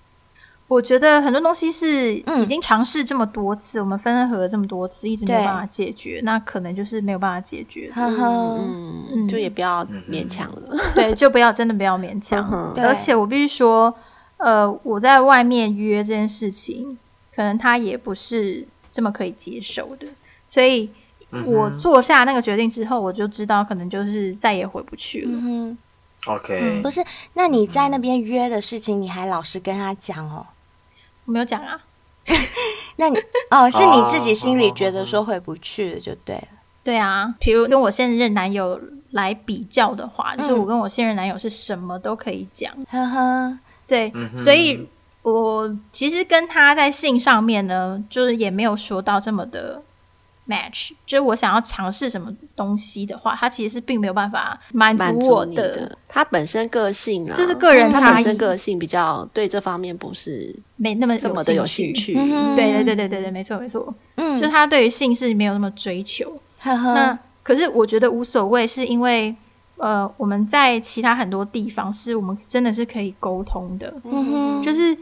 S5: 我觉得很多东西是
S2: 嗯
S5: 已经尝试这么多次，我们分分合合这么多次，一直没有
S2: 对
S5: 办法解决，那可能就是没有办法解决的。
S2: 呵呵，
S3: 嗯，就也不要勉强了，
S5: 对，就不要真的不要勉强。
S3: 嗯
S2: 对
S5: 而且我必须说，呃，我在外面约这件事情，可能他也不是这么可以接受的，所以
S4: 嗯
S5: 我做下那个决定之后，我就知道可能就是再也回不去了。
S2: 嗯
S4: OK，
S2: 哼，不是。那你在那边约的事情，你还老实跟他讲哦？
S5: 我没有讲啊，
S2: 那你
S4: 嗯
S2: 哦，是你自己心里觉得
S4: 哦
S2: 说回不去了，就对了。
S5: 对啊，比如跟我现任男友来比较的话，就是我跟我现任男友是什么都可以讲，
S2: 呵呵，
S5: 对，所以我其实跟他在性上面呢，就是也没有说到这么的 match，就是我想要尝试什么东西的话，他其实是并没有办法满
S3: 满
S5: 足
S3: 足
S5: 我
S3: 你
S5: 的。。
S3: 他本身个性啊，
S5: 这是个人
S3: 他
S5: 差
S3: 本身
S5: 异
S3: 个性比较对这方面不是
S5: 没那么
S3: 这么的有兴
S5: 趣。
S3: 趣，
S2: 嗯
S5: 对对对对对对，没错没错，就
S2: 嗯，
S5: 他对于性是没有那么追求。
S2: 呵
S3: 嗯
S2: 呵，
S5: 那可是我觉得无所谓，是因为呃，我们在其他很多地方是我们真的是可以沟通的，
S2: 嗯哼，
S5: 就是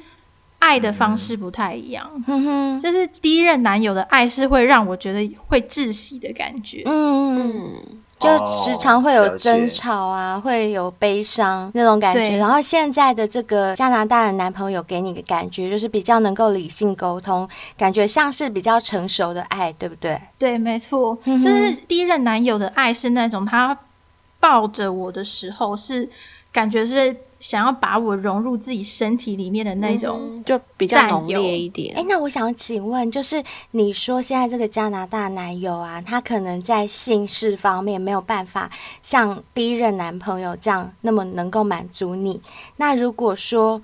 S5: 爱的方式不太一样。
S2: 嗯哼，
S5: 就是第一任男友的爱是会让我觉得会窒息的感觉。
S2: 嗯嗯。
S3: 嗯，
S2: 就
S4: 哦
S2: 时常会有争。
S4: 了解
S2: 吵啊，会有悲伤那种感觉。
S5: 对
S2: 然后现在的这个加拿大的男朋友给你的感觉就是比较能够理性沟通，感觉像是比较成熟的爱，对不对？
S5: 对，没错，就是第一任男友的爱是那种他抱着我的时候是感觉是想要把我融入自己身体里面的那种。
S3: 嗯就比较
S5: 占
S3: 浓
S5: 有
S3: 烈一
S2: 哎
S3: 点，，
S2: 那我想请问，就是你说现在这个加拿大男友啊，他可能在性事方面没有办法像第一任男朋友这样那么能够满足你。那如果说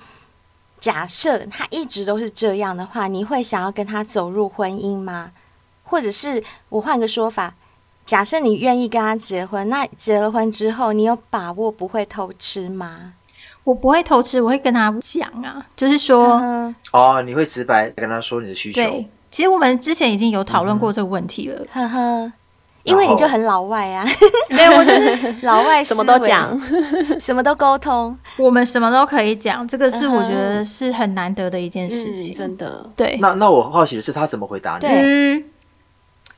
S2: 假设他一直都是这样的话，你会想要跟他走入婚姻吗？或者是我换个说法，假设你愿意跟他结婚，那结了婚之后，你有把握不会偷吃吗？
S5: 我不会偷吃，我会跟他讲啊，就是说，
S2: 嗯
S4: 哦，你会直白跟他说你的需求
S5: 对，，其实我们之前已经有讨论过这个问题了。
S2: 呵呵，因为你就很老外啊，
S5: 对我就是
S2: 老外
S3: 什么都
S2: 思维
S3: 讲，，
S2: 什么都沟通。
S5: 我们什么都可以讲，这个是
S2: 嗯哼
S5: 我觉得是很难得的一件事
S3: 嗯，
S5: 情。
S3: 真的，
S5: 对，
S4: 那那我好奇的是他怎么回答你
S2: 对？
S5: 嗯，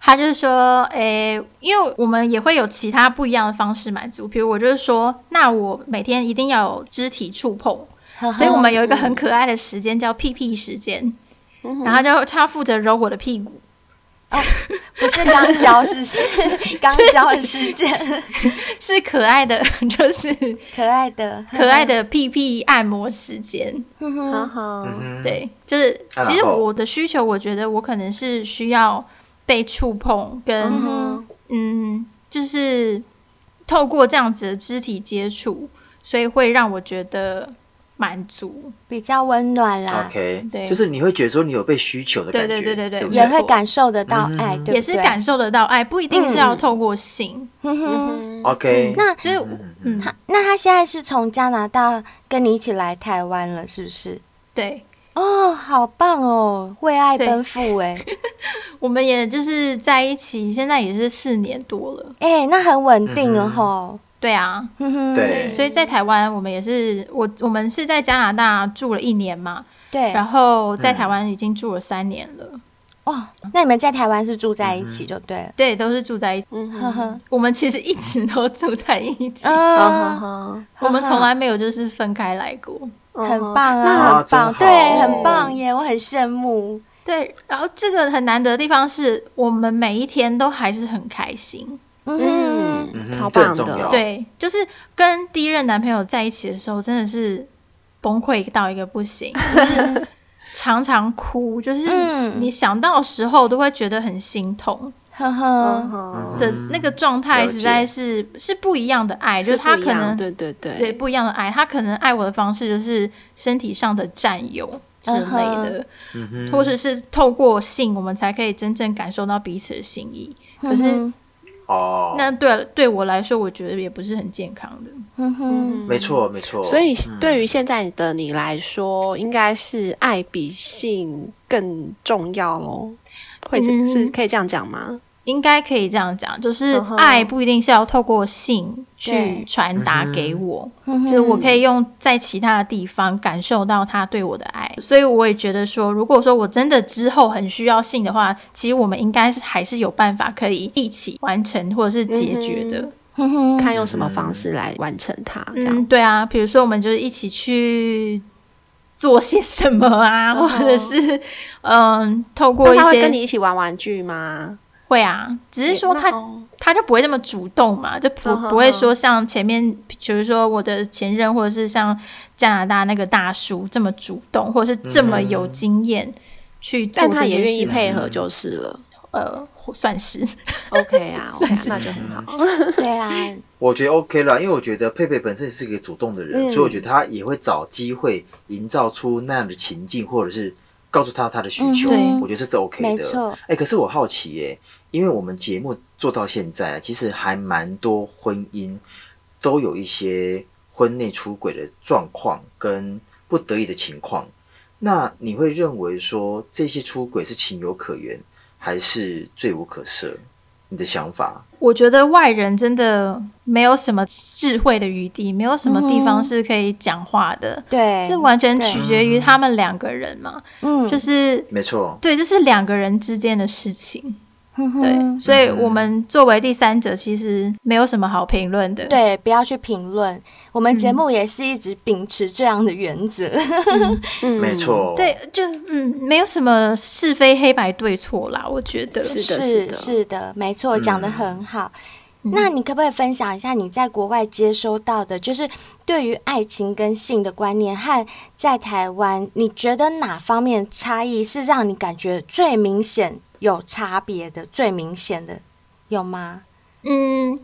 S5: 他就是说，诶、因为我们也会有其他不一样的方式满足，比如我就是说，那我每天一定要有肢体触碰，
S2: 呵呵
S5: 所以我们有一个很可爱的时间叫屁屁时间，然后就他负责揉我的屁股，
S2: 不是肛交，是是肛交的事件，
S5: 是可爱的， 就是
S2: 可爱的，
S5: 可爱的屁屁按摩时间。
S2: 呵呵，
S3: 好好，
S4: 嗯哼，
S5: 对，就是
S4: 啊
S5: 其实
S4: 然后
S5: 我的需求，我觉得我可能是需要被触碰跟，
S3: 嗯哼，
S5: 嗯，就是透过这样子的肢体接触，所以会让我觉得满足。
S2: 比较温暖啦
S4: OK，
S5: 对
S4: 就是你会觉得说你有被需求的感觉，
S5: 对对对对对
S4: 对不
S2: 也
S5: 没
S2: 会
S5: 错
S2: 感受得
S4: 嗯
S2: 到爱，对不对？
S5: 也是感受得到爱，不一定是要透过性。
S2: 呵呵。
S3: 嗯
S4: OK，
S2: 那
S5: 所以我，嗯，
S2: 他那他现在是从加拿大跟你一起来台湾了，是不是？
S5: 对，
S2: 哦，好棒哦，为爱
S5: 对
S2: 奔赴哎
S5: 我们也就是在一起，现在也是四年多了。
S2: 哎，那很稳定了
S4: 嗯哼
S2: 吼。
S5: 对啊，
S2: 哼哼
S4: 对
S5: 所以在台湾，我们也是我我们是在加拿大住了一年嘛，
S2: 对，
S5: 然后
S4: 嗯
S5: 在台湾已经住了三年了。
S2: 哦，那你们在台湾是住在一
S4: 嗯
S2: 起就对了，
S5: 对，都是住在一起。
S3: 嗯
S2: 呵
S3: 哼，哦
S2: 呵，
S5: 我们其实一直都住在一起，
S3: 好
S2: 啊，
S3: 好
S5: 我们从来没有就是分开来过。
S3: 好，
S2: 很棒
S4: 啊
S2: 啊，很
S4: 真
S2: 棒，
S4: 好
S2: 对，很棒耶，我很羡慕。
S5: 对，然后这个很难得的地方是我们每一天都还是很开心。
S2: 嗯
S3: 嗯
S4: 嗯
S3: 哼，
S4: 哼
S3: 超
S4: 这很
S3: 棒
S4: 重
S3: 的，
S4: 要哦
S5: 对，就是跟第一任男朋友在一起的时候，真的是崩溃到一个不行，就是常常哭，就是
S2: 嗯
S5: 你想到的时候都会觉得很心痛
S2: 呵
S3: 嗯
S2: 呵，
S3: 哼，
S5: 的
S4: 嗯
S5: 那个状态，
S4: 了解
S5: 实在是是不一样的爱，就是是他
S3: 不一
S5: 可
S3: 样
S5: 能
S3: 对对对，
S5: 对不一样的爱，他可能爱我的方式就是身体上的占有之类的，或者是透过性，我们才可以真正感受到彼此的心意。可是
S2: 嗯
S4: 哦，
S5: 那对对我来说，我觉得也不是很健康的。
S2: 哼嗯哼，
S4: 没错没错，
S3: 所以，
S4: 嗯
S3: 对于现在的你来说，应该是爱比性更重要喽？会是、
S5: 嗯
S3: 是可以这样讲吗？
S5: 应该可以这样讲，就是
S3: 嗯哼
S5: 爱不一定是要透过性去
S2: 对
S5: 传达给我，
S2: 嗯
S5: 就是我可以用在其他的地方感受到他对我的爱。所以我也觉得说，如果说我真的之后很需要性的话，其实我们应该是还是有办法可以一起完成或者是解决的。
S2: 哼嗯哼，
S3: 看用什么方式来完成它，嗯这样。
S5: 嗯，对啊，比如说我们就是一起去做些什么啊，
S3: 嗯哼
S5: 或者是嗯，透过
S3: 那
S5: 一
S3: 他会
S5: 些
S3: 跟你一起玩玩具吗？
S5: 会啊，只是说他
S3: 那哦
S5: 他就不会这么主动嘛，就不
S3: 嗯哼
S5: 不会说像前面，比如说我的前任或者是像加拿大那个大叔这么主动，或者是这么有经验去做
S3: 但他
S5: 这
S3: 也
S5: 件
S3: 愿意
S5: 事情，
S3: 配合就是 了。
S5: 呃，算是
S3: OK 啊，OK，啊
S5: 算是
S3: 那就很好。
S2: 对啊，
S4: 我觉得 OK 啦，因为我觉得佩佩本身是一个主动的人，
S3: 嗯
S4: 所以我觉得他也会找机会营造出那样的情境，或者是告诉他他的需求。
S5: 对
S4: 我觉得这是
S2: 嗯
S4: OK
S2: 没
S4: 的。
S2: 错，
S4: 哎、可是我好奇耶、因为我们节目做到现在，啊其实还蛮多婚姻都有一些婚内出轨的状况跟不得已的情况。那你会认为说这些出轨是情有可原，还是罪无可赦？你的想法？
S5: 我觉得外人真的没有什么智慧的余地，没有什么地
S3: 嗯
S5: 方是可以讲话的，
S2: 对，
S5: 这完全取决于他们两个人嘛，
S2: 嗯，
S5: 就是
S4: 没错，
S5: 对，这是两个人之间的事情。
S2: 哼
S5: 对，
S2: 嗯
S3: 嗯
S2: 哼
S5: 所以我们作为第三者，其实没有什么好评论的。，
S2: 对，不要去评论。我们节目也是一直秉持这样的原则。
S3: 嗯，
S4: 没。
S2: 哦
S4: 错，
S5: 对，就嗯，没有什么是非黑白对错啦，我觉得。
S3: 是的
S2: 是
S3: 的嗯
S2: 是的，没错，讲的很好。那你可不可以分享一下你在国外接收到的，就是对于爱情跟性的观念，和在台湾，你觉得哪方面差异是让你感觉最明显有差别的、最明显的，有吗？
S5: 嗯，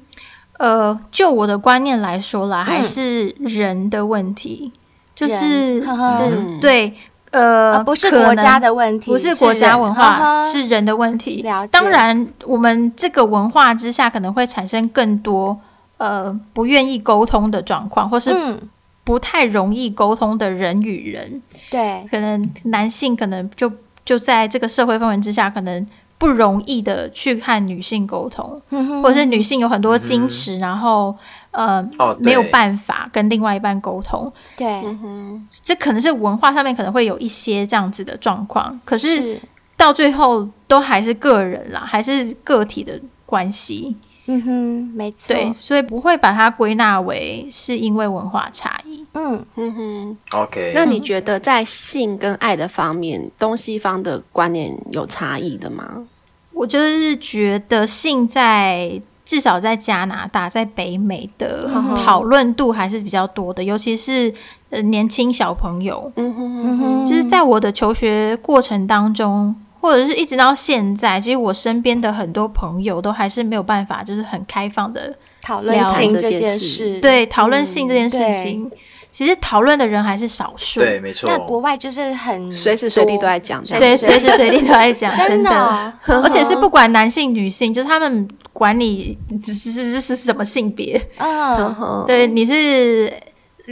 S5: 呃，就我的观念来说啦，还
S2: 嗯
S5: 是人的问题，就
S2: 人
S5: 是
S2: 呵呵
S5: 嗯对。呃，
S2: 啊不是
S5: 可能
S2: 国家的问题，
S5: 不是国家文
S2: 人呵
S5: 化，
S2: 呵
S5: 是人的问题
S2: 了解。
S5: 当然，我们这个文化之下可能会产生更多呃不愿意沟通的状况，或是
S2: 嗯，
S5: 不太容易沟通的人与人。
S2: 对，
S5: 可能男性可能就就在这个社会氛围之下，可能不容易的去和女性沟通，嗯或
S2: 或
S5: 者是女性有很多矜持，然后呃
S4: 嗯哦，
S5: 没有
S4: 对
S5: 办法跟另外一半沟通。
S2: 对，
S3: 哼，
S5: 这可能是文化上面可能会有一些这样子的状况，可是。
S2: 是，
S5: 到最后都还是个人啦，还是个体的关系，
S2: 嗯哼，没错，
S5: 对，所以不会把它归纳为是因为文化差异。
S2: 嗯，
S3: 嗯哼。
S4: OK，
S3: 那你觉得在性跟爱的方面，东西方的观念有差异的吗？
S5: 我就是觉得性在至少在加拿大，在北美的
S3: 嗯哼
S5: 讨论度还是比较多的，尤其是呃年轻小朋友，
S3: 嗯哼
S2: 嗯哼，
S5: 就是在我的求学过程当中。或者是一直到现在，其实我身边的很多朋友都还是没有办法，就是很开放的
S2: 讨论
S5: 聊
S2: 性
S3: 这
S2: 这
S3: 件
S2: 件
S3: 事
S2: 事，。
S5: 对，讨论性这件事
S2: 嗯对
S5: 情，其实讨论的人还是少数。
S4: 对，哦没错
S2: 那，国外就是很
S3: 随时随地都在讲这
S2: 多
S3: 样
S5: 对，
S2: 随
S5: 随
S2: 时
S5: 时随地都在讲，真
S2: 真的哦
S5: 而且是不管男性女性，就是他们管你只是是是是什么性别，
S2: 嗯，
S3: 哼，
S5: 对，你是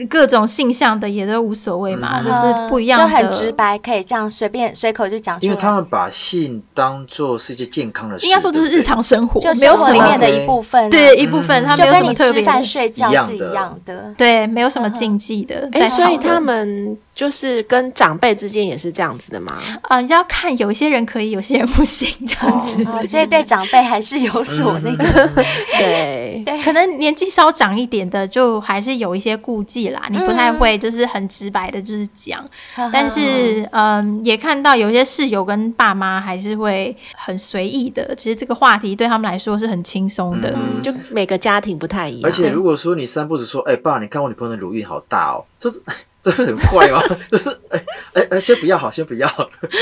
S5: 各种性向的也都无所谓嘛，
S4: 嗯
S5: 就是不一样的，
S2: 就很直。白，可以这样随便随口就讲出
S4: 因
S2: 来，
S4: 为他们把性当做是一件健康的事，
S5: 应该说就是
S4: 对不对
S5: 日常生活，
S2: 就
S5: 没有
S2: 生活
S5: 什
S2: 里面
S5: 么
S2: 的一部分啊，
S5: 对一部分，
S4: 嗯
S5: 他没
S2: 就
S5: 有什
S2: 跟
S5: 么
S2: 你
S5: 特别
S2: 吃饭嗯
S5: 的，
S2: 睡觉
S4: 一样
S2: 是
S4: 的
S2: 一样的，
S5: 对，没有什么禁忌的
S3: 哎，
S5: 在讨
S3: 所
S5: 论。
S3: 以他们就是跟长辈之间也是这样子的 吗？
S5: 啊，你要看有些人可以，有些人不行，这样子。
S2: 啊，所以对长辈还是有 所那
S4: 嗯
S2: 个，
S3: 对，
S5: 可能年纪稍长一点的，就还是有一些顾忌啦。你不太
S2: 嗯
S5: 会就是很直白的，就是讲。但是，嗯，也看到有些室友跟爸妈还是会很随意的。其实这个话题对他们来说是很轻松的。
S2: 嗯
S3: 就每个家庭不太一样。
S4: 而且如果说你三步子说，哎、爸，你看我女朋友的乳晕好大哦，这是这会很坏吗？ 就是哎哎哎，先不要好，先不要，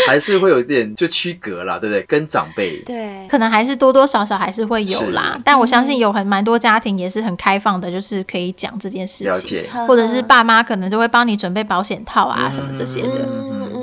S4: 还是会有一点就区隔啦，对不对？跟长辈，
S2: 对，
S5: 可能还是多多少少还是会有啦
S4: 是，
S5: 但我相信有很蛮多家庭也是很开放的，就是可以讲这件事
S4: 了
S5: 情，
S4: 解。
S5: 或者是爸妈可能就会帮你准备保险套啊什么这些的。
S3: 嗯嗯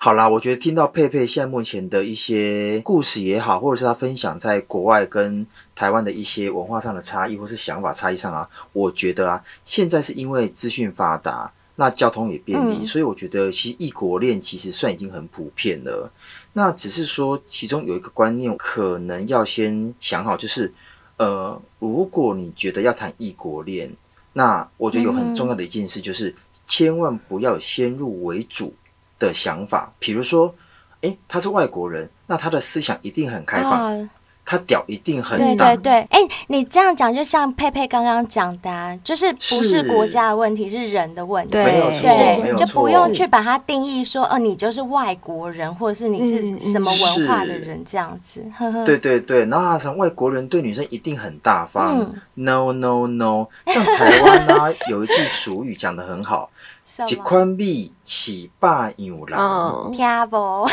S4: 好啦，我觉得听到佩佩现在目前的一些故事也好，或者是她分享在国外跟台湾的一些文化上的差异，或是想法差异上啊，我觉得啊，现在是因为资讯发达，那交通也便利，
S2: 嗯
S4: 所以我觉得其实异国恋其实算已经很普遍了。那只是说，其中有一个观念可能要先想好，就是呃，如果你觉得要谈异国恋，那我觉得有很重要的一件事就是，千万不要有先入为主的想法。比如说，诶，他是外国人，那他的思想一定很开放，
S2: 哦
S4: 他屌一定很
S2: 对
S4: 大。
S2: 对对，哎、你这样讲就像佩佩刚刚讲的、啊，就是不是
S4: 是
S2: 国家的问题，是人的问题。
S3: 对
S4: 没有错，
S2: 对
S4: 没有
S2: 就
S4: 错，
S2: 不用
S3: 是
S2: 去把它定义说，哦，你就是外国人，或者是你
S3: 嗯嗯
S2: 是什么文化的
S4: 是
S2: 人这样子。呵
S3: 嗯
S2: 呵，
S4: 对对对，然后他想外国人对女生一定很大方、
S2: 嗯
S4: n o no no。像台湾呢、有一句俗语讲得很好，
S2: 什
S4: 一
S2: 么
S4: 宽米起霸牛郎。
S3: 嗯，
S2: 听不？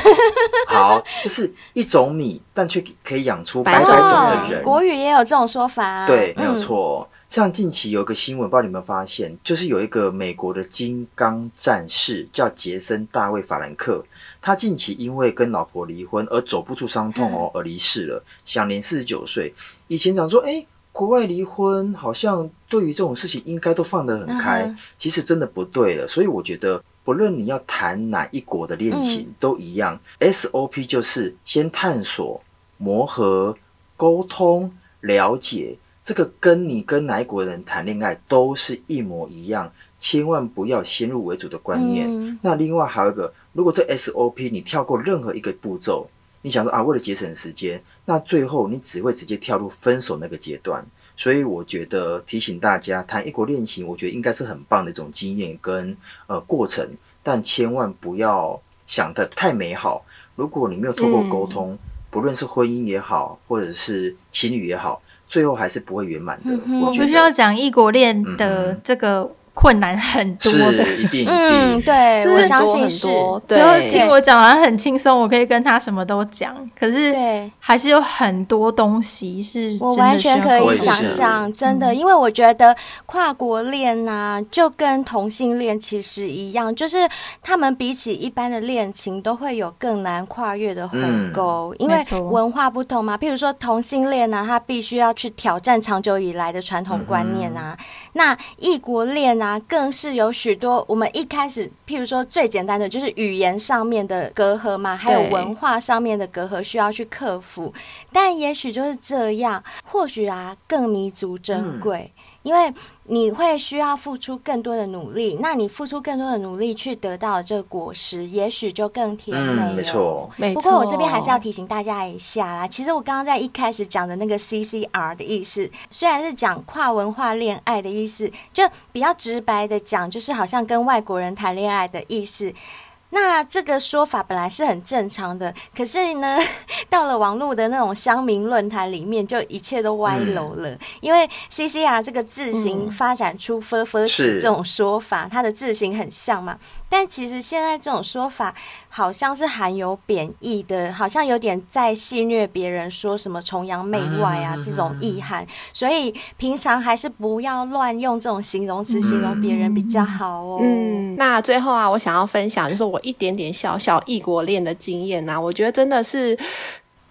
S4: 好，就是一种米，但却可以养出百
S3: 百
S4: 百
S3: 种
S4: 种
S2: 哦
S4: 的人。
S2: 国语也有这种说法、啊。
S4: 对，没
S2: 嗯
S4: 有错。哦像近期有个新闻，不知道你们有没有发现，就是有一个美国的金刚战士叫杰森·大卫·法兰克，他近期因为跟老婆离婚而走不出伤痛
S2: 嗯
S4: 哦，而离世了，享年四十九岁。以前讲说，诶，国外离婚好像对于这种事情应该都放得很开，
S2: 嗯
S4: 其实真的不对了。所以我觉得，不论你要谈哪一国的恋情，
S2: 嗯
S4: 都一样，SOP 就是先探索、磨合、沟通、了解。这个跟你跟哪一国人谈恋爱都是一模一样，千万不要先入为主的观念。
S2: 嗯
S4: 那另外还有一个，如果这 SOP 你跳过任何一个步骤，你想说啊，为了节省时间，那最后你只会直接跳入分手那个阶段。所以我觉得提醒大家，谈异国恋情，我觉得应该是很棒的一种经验跟呃过程，但千万不要想的太美好。如果你没有透过沟通，不论是婚姻也好，或者是情侣也好，最后还是不会圆满的。
S2: 嗯哼
S5: 我
S4: 我觉
S5: 必须
S4: 得
S5: 要讲异国恋
S4: 嗯
S5: 的
S4: 哼
S5: 这个困难很多
S4: 嗯是
S5: 的。
S4: 一定一定。
S2: 嗯，对，
S3: 真
S2: 我
S3: 的
S2: 相
S3: 很多
S2: 信
S3: 很
S2: 是，
S3: 多，
S5: 然后听
S3: 对，
S5: 我讲完很轻松，我可以跟他什么都讲，可是
S2: 对
S5: 还是有很多东西是
S2: 我
S5: 真的
S2: 完
S5: 需要
S2: 全可
S5: 沟
S4: 我
S2: 以
S4: 也
S5: 通
S4: 是
S2: 想象，真
S5: 嗯
S2: 的，因为我觉得跨国恋呐、就跟同性恋其实一样，就是他们比起一般的恋情，都会有更难跨越的鸿沟，因
S5: 没
S2: 为
S5: 错
S2: 文化不同嘛。譬如说同性恋呐、他必须要去挑战长久以来的传统观念啊。那异国恋啊，更是有许多我们一开始，譬如说最简单的就是语言上面的隔阂嘛，还有
S3: 对
S2: 文化上面的隔阂需要去克服。但也许就是这样，或许啊更弥足
S4: 嗯
S2: 珍贵，因为你会需要付出更多的努力。那你付出更多的努力去得到这个果实，也许就更甜美、
S4: 嗯，没。错，
S3: 没
S2: 不
S3: 错。
S2: 过我这边还是要提醒大家一下啦，其实我刚刚在一开始讲的那个 CCR 的意思，虽然是讲跨文化恋爱的意思，就比较直白的讲，就是好像跟外国人谈恋爱的意思。那这个说法本来是很正常的，可是呢， 到了网络的那种乡民论坛里面，就一切都歪楼了。
S3: 嗯
S2: 因为 CCR 这个字形发展出 f f
S4: 是
S2: 这种说法，它的字形很像嘛。但其实现在这种说法好像是含有贬义的，好像有点在戏谑别人，说什么崇洋媚外啊、这种意涵。所以平常还是不要乱用这种形容词形容别人比较好哦。
S3: 嗯，那最后啊，我想要分享就是我一点点小小异国恋的经验呐、我觉得真的是。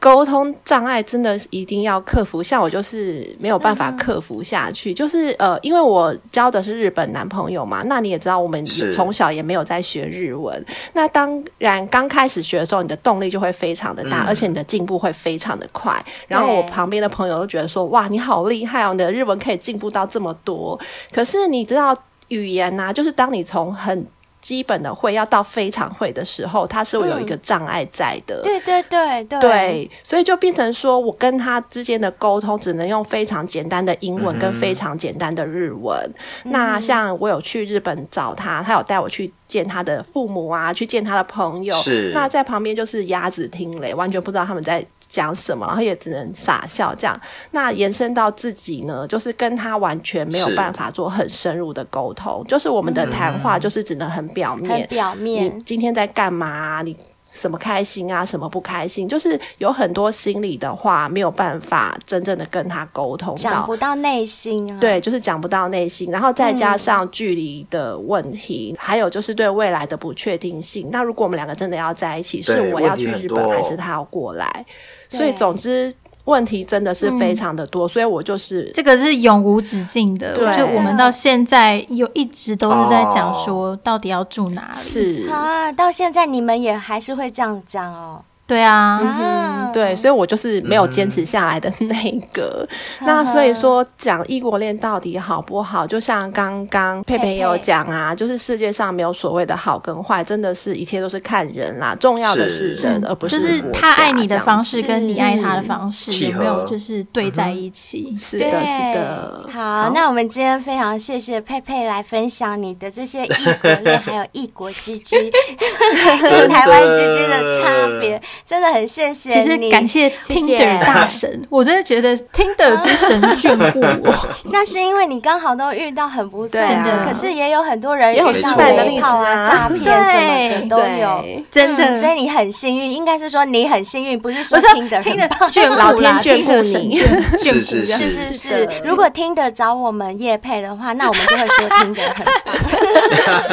S3: 沟通障碍真的是一定要克服，像我就是没有办法克服下去，就是呃，因为我交的是日本男朋友嘛，那你也知道，我们
S4: 是
S3: 从小也没有在学日文，那当然刚开始学的时候，你的动力就会非常的大，
S4: 嗯
S3: 而且你的进步会非常的快。然后我
S2: 对
S3: 旁边的朋友都觉得说，哇，你好厉害哦，你的日文可以进步到这么多，可是你知道语言呐、就是当你从很基本的会要到非常会的时候，它是会有一个障碍在的。
S2: 对对对对，
S3: 对，所以就变成说我跟他之间的沟通只能用非常简单的英文跟非常简单的日文。
S2: 嗯
S3: 那像我有去日本找他，他有带我去见他的父母啊，去见他的朋友。
S4: 是
S3: 那在旁边就是鸭子听雷，完全不知道他们在讲什么，然后也只能傻笑这样。那延伸到自己呢，就是跟他完全没有
S4: 是
S3: 办法做很深入的沟通，就是我们的谈话就是只能很表面
S2: 嗯很，表
S3: 你
S2: 面，
S3: 今天在干嘛啊、你什么开心啊？什么不开心？就是有很多心里的话没有办法真正的跟他沟通
S2: 讲
S3: 到
S2: 不。到内心啊。
S3: 对，就是讲不到内心，然后再加上距离的问题，还有就是对未来的不确定性。那如果我们两个真的要在一起，
S4: 对
S3: 是我要去
S4: 问题很
S3: 日
S4: 多
S3: 本，还是他要过来？
S2: 对嗯
S3: 所以总之问题真的是非常的多，所以我就是
S5: 这个是永无止境的，
S3: 对
S5: 就是我们到现在有一直都是在讲
S4: 哦
S5: 说到底要住哪里。
S3: 是
S2: 啊，到现在你们也还是会这样讲哦。
S5: 对
S3: 嗯
S5: 啊，
S2: 啊，
S3: 对，所以我就是没有坚持下来的那一个。那所以说，讲异国恋到底好不好？就像刚刚佩佩也有讲啊，就是世界上没有所谓的好跟坏，真的是一切都是看人啦。重要的是
S4: 是
S3: 人，而不
S5: 就是是
S3: 国
S5: 他
S3: 家
S5: 爱你
S3: 这
S5: 的
S3: 样
S5: 方
S3: 子。
S5: 式跟你爱他的方
S4: 是
S5: 式有没有
S4: 契合
S5: 就是对在一起？
S3: 是
S2: 对
S3: 的，是的。
S2: 好，那我们今天非常谢谢佩佩来分享你的这些异国恋，还有异国之居跟 台湾之间的差别，真的很谢
S5: 其
S2: 谢
S5: 实
S2: 你。
S5: 感谢
S3: 嗯谢谢
S5: Tinder 大神，我真的觉得 Tinder 之神眷顾 我。
S2: 那是因为你刚好都遇到很不错
S3: 对啊
S2: 的，可是也有很多人
S3: 也有
S2: 遇到
S4: 失败的例
S2: 雷
S3: 子
S2: 炮啊、
S3: 啊
S2: 诈骗什么的
S5: 对
S2: 都有。
S3: 对
S5: 真的
S2: 嗯所以你很幸运，应该是说你很幸运，不是说
S5: 我说
S2: 听的
S5: 听
S2: 人
S5: 的
S2: 棒
S5: 眷顾啦
S3: 老天眷顾
S5: Tinder
S3: 你
S5: 神眷眷顾
S4: 是是
S5: 这样
S2: 是
S4: 是
S2: 是
S3: 是
S2: 是
S3: 的，
S2: 如果听的找我们叶配的话，那我们就会说听的很棒。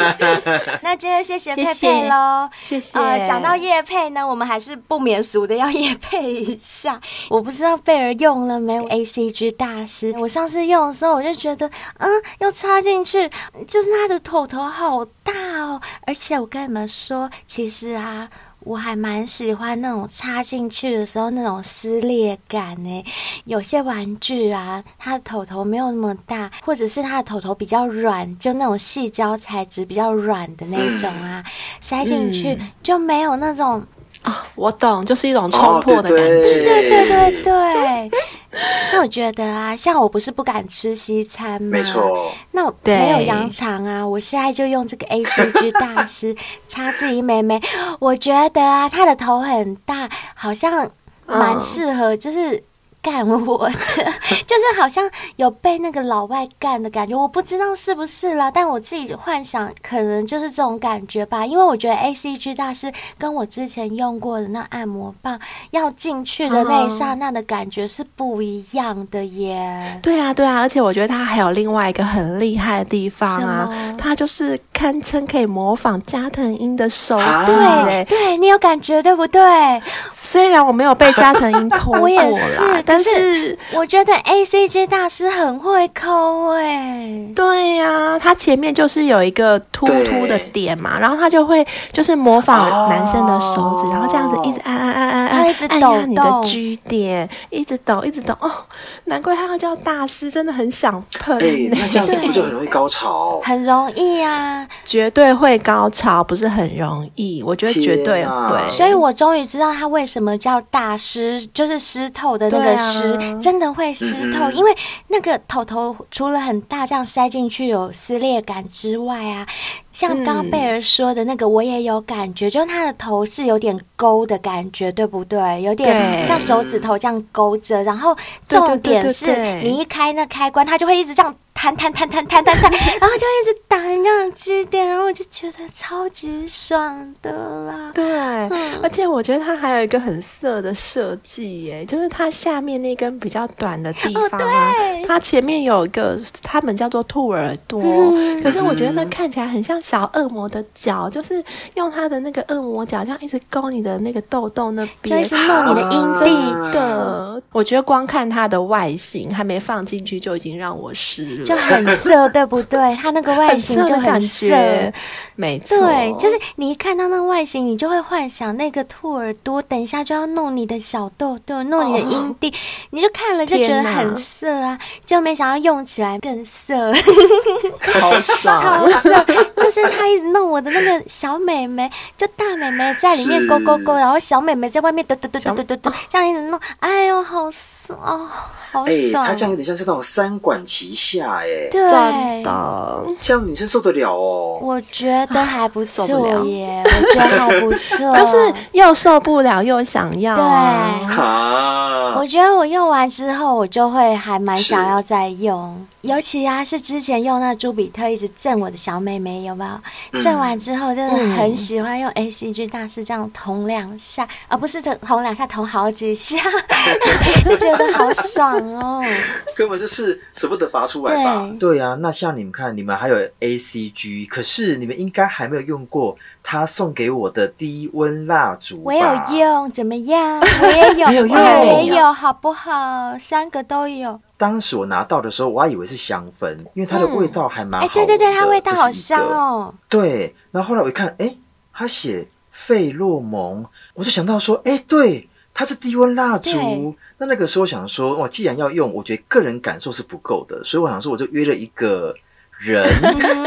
S2: 那今天谢谢佩
S5: 谢谢
S2: 佩喽。
S3: 谢 谢。
S2: 呃，讲到叶配呢，我们还是不免俗的要叶配一下。 我不知道贝儿用了没有 A C G 大师，我上次用的时候我就觉得，嗯，又插进去，就是它的头头好大哦。而且我跟你们说，其实啊。我还蛮喜欢那种插进去的时候那种撕裂感呢。有些玩具啊，它的头头没有那么大，或者是它的头头比较软，就那种细胶材质比较软的那种啊，塞进去就没有那种。
S3: 我懂，就是一种冲破的感
S4: 哦
S3: 觉。
S2: 对对对
S4: 对，
S2: 对。 那我觉得啊，像我不是不敢吃西餐吗？
S4: 没。错，
S2: 那我
S3: 对
S2: 没有羊肠啊，我现在就用这个 A C G 大师插自己妹妹。我觉得啊，她的头很大，好像蛮适合，就是。干我的，就是好像有被那个老外干的感觉。我不知道是不是啦，但我自己幻想可能就是这种感觉吧。因为我觉得 A C G 大师跟我之前用过的那按摩棒要进去的那一刹那的感觉是不一样的耶。
S3: 对啊，对啊，而且我觉得他还有另外一个很厉害的地方
S2: 什么
S3: 啊，他就是堪称可以模仿加藤鹰的手
S4: 啊
S3: 指、欸。
S2: 对你有感觉对不对？
S3: 虽然我没有被加藤鹰抠过
S2: 我也是
S3: 啦，但
S2: 可
S3: 是
S2: 我觉得 A C G 大师很会抠哎。
S3: 对呀、他前面就是有一个突突的点嘛，然后他就会就是模
S4: 哦
S3: 仿男生的手指，然后这样子一直按按按按
S2: 哦他
S3: 按，
S2: 一直
S3: 按
S2: 抖
S3: 压你
S2: 动
S3: 的 G 点，一直抖一直抖。哦，难怪他要叫大师，真的很想喷、
S4: 哎、那这样子
S2: 对
S4: 不就很容易高潮？
S2: 很容易啊，
S3: 绝对会高潮，不是很容易，我觉得绝对
S4: 天啊
S3: 会。
S2: 所以我终于知道他为什么叫大湿，就是湿透的那
S3: 对
S2: 个
S3: 啊
S2: 湿，真的会湿透，
S4: 嗯哼
S2: 因为那个头头除了很大这样塞进去有撕裂感之外啊，像刚刚
S3: 嗯
S2: 贝尔说的那个，我也有感觉，就是他的头是有点勾的感觉，对不对？有点
S3: 对
S2: 像手指头这样勾着，然后
S3: 对对
S2: 重
S3: 对
S2: 点
S3: 对
S2: 是
S3: 对
S2: 你一开那开关，它就会一直这样。弹弹弹弹弹弹弹，然后就一直打人家的支点，然后我就觉得超级爽的啦。
S3: 对，而且我觉得它还有一个很色的设计耶，就是它下面那根比较短的地
S2: 哦
S3: 方啊，
S2: 对
S3: 它前面有一个，他们叫做兔耳朵，可是我觉得那看起来很像小恶魔的脚，就是用它的那个恶魔脚这样一直勾你的那个痘痘那
S2: 就
S3: 边，
S2: 一直弄你的阴
S4: 啊
S2: 蒂，
S3: 真的，我觉得光看它的外形还没放进去就已经让我湿了，
S2: 就很色，对不对？ 它那个外
S3: 很
S2: 形就
S3: 色的
S2: 很
S3: 感
S2: 色，
S3: 觉，没错，
S2: 对，就是你一看到那外形，你就会幻想那个兔耳朵，等一下就要弄你的小豆豆，弄
S3: 哦
S2: 你的阴蒂，你就看了就觉得
S3: 天哪
S2: 很色啊，就没想到用起来更色。
S3: 超爽。
S2: 超色，就是他一直弄我的那个小美眉，就大美眉在里面
S4: 是
S2: 勾勾勾，然后小美眉在外面嘟嘟嘟嘟
S3: 小
S2: 嘟嘟嘟，这样一直弄，哎呦，好爽，哦好
S4: 哎、
S2: 爽
S4: 它，这样有点像是那种三管齐下、哎，
S2: 对
S3: 真。的，
S4: 这样女生受得了哦。
S2: 我觉得还不错
S3: 受不了
S2: 耶，我觉得还不 错，
S3: 就是又受不了又想要、啊，
S2: 对。
S4: 啊
S2: 我，觉得我用完之后，我就会还蛮
S4: 是
S2: 想要再用，尤其啊是之前用那朱比特一直震我的小妹妹，有没有？震完之后真的很喜欢用 A C G 大师这样捅两下，而、不是捅捅两下，捅好几下， 就觉得好爽 哦。
S4: 根本就是舍不得拔出来吧？
S2: 对
S4: 对啊，那像你们看，你们还有 A C G，可是你们应该还没有用过他送给我的低温蜡烛吧。
S2: 我有用，怎么样？我也 有，
S4: 你有用
S2: 我也有，好不好？三个都有。
S4: 当时我拿到的时候，我还以为是香氛，因为它的味道还蛮
S2: 哎、
S4: 好闻的、
S2: 对对对，它味道
S4: 这是
S2: 好
S4: 一个
S2: 香。哦。
S4: 对，然后后来我一看，哎，它写费洛蒙，我就想到说，哎，对，它是低温蜡
S2: 对
S4: 烛。那那个时候想说，哦，既然要用，我觉得个人感受是不够的，所以我想说，我就约了一个人，
S2: 嗯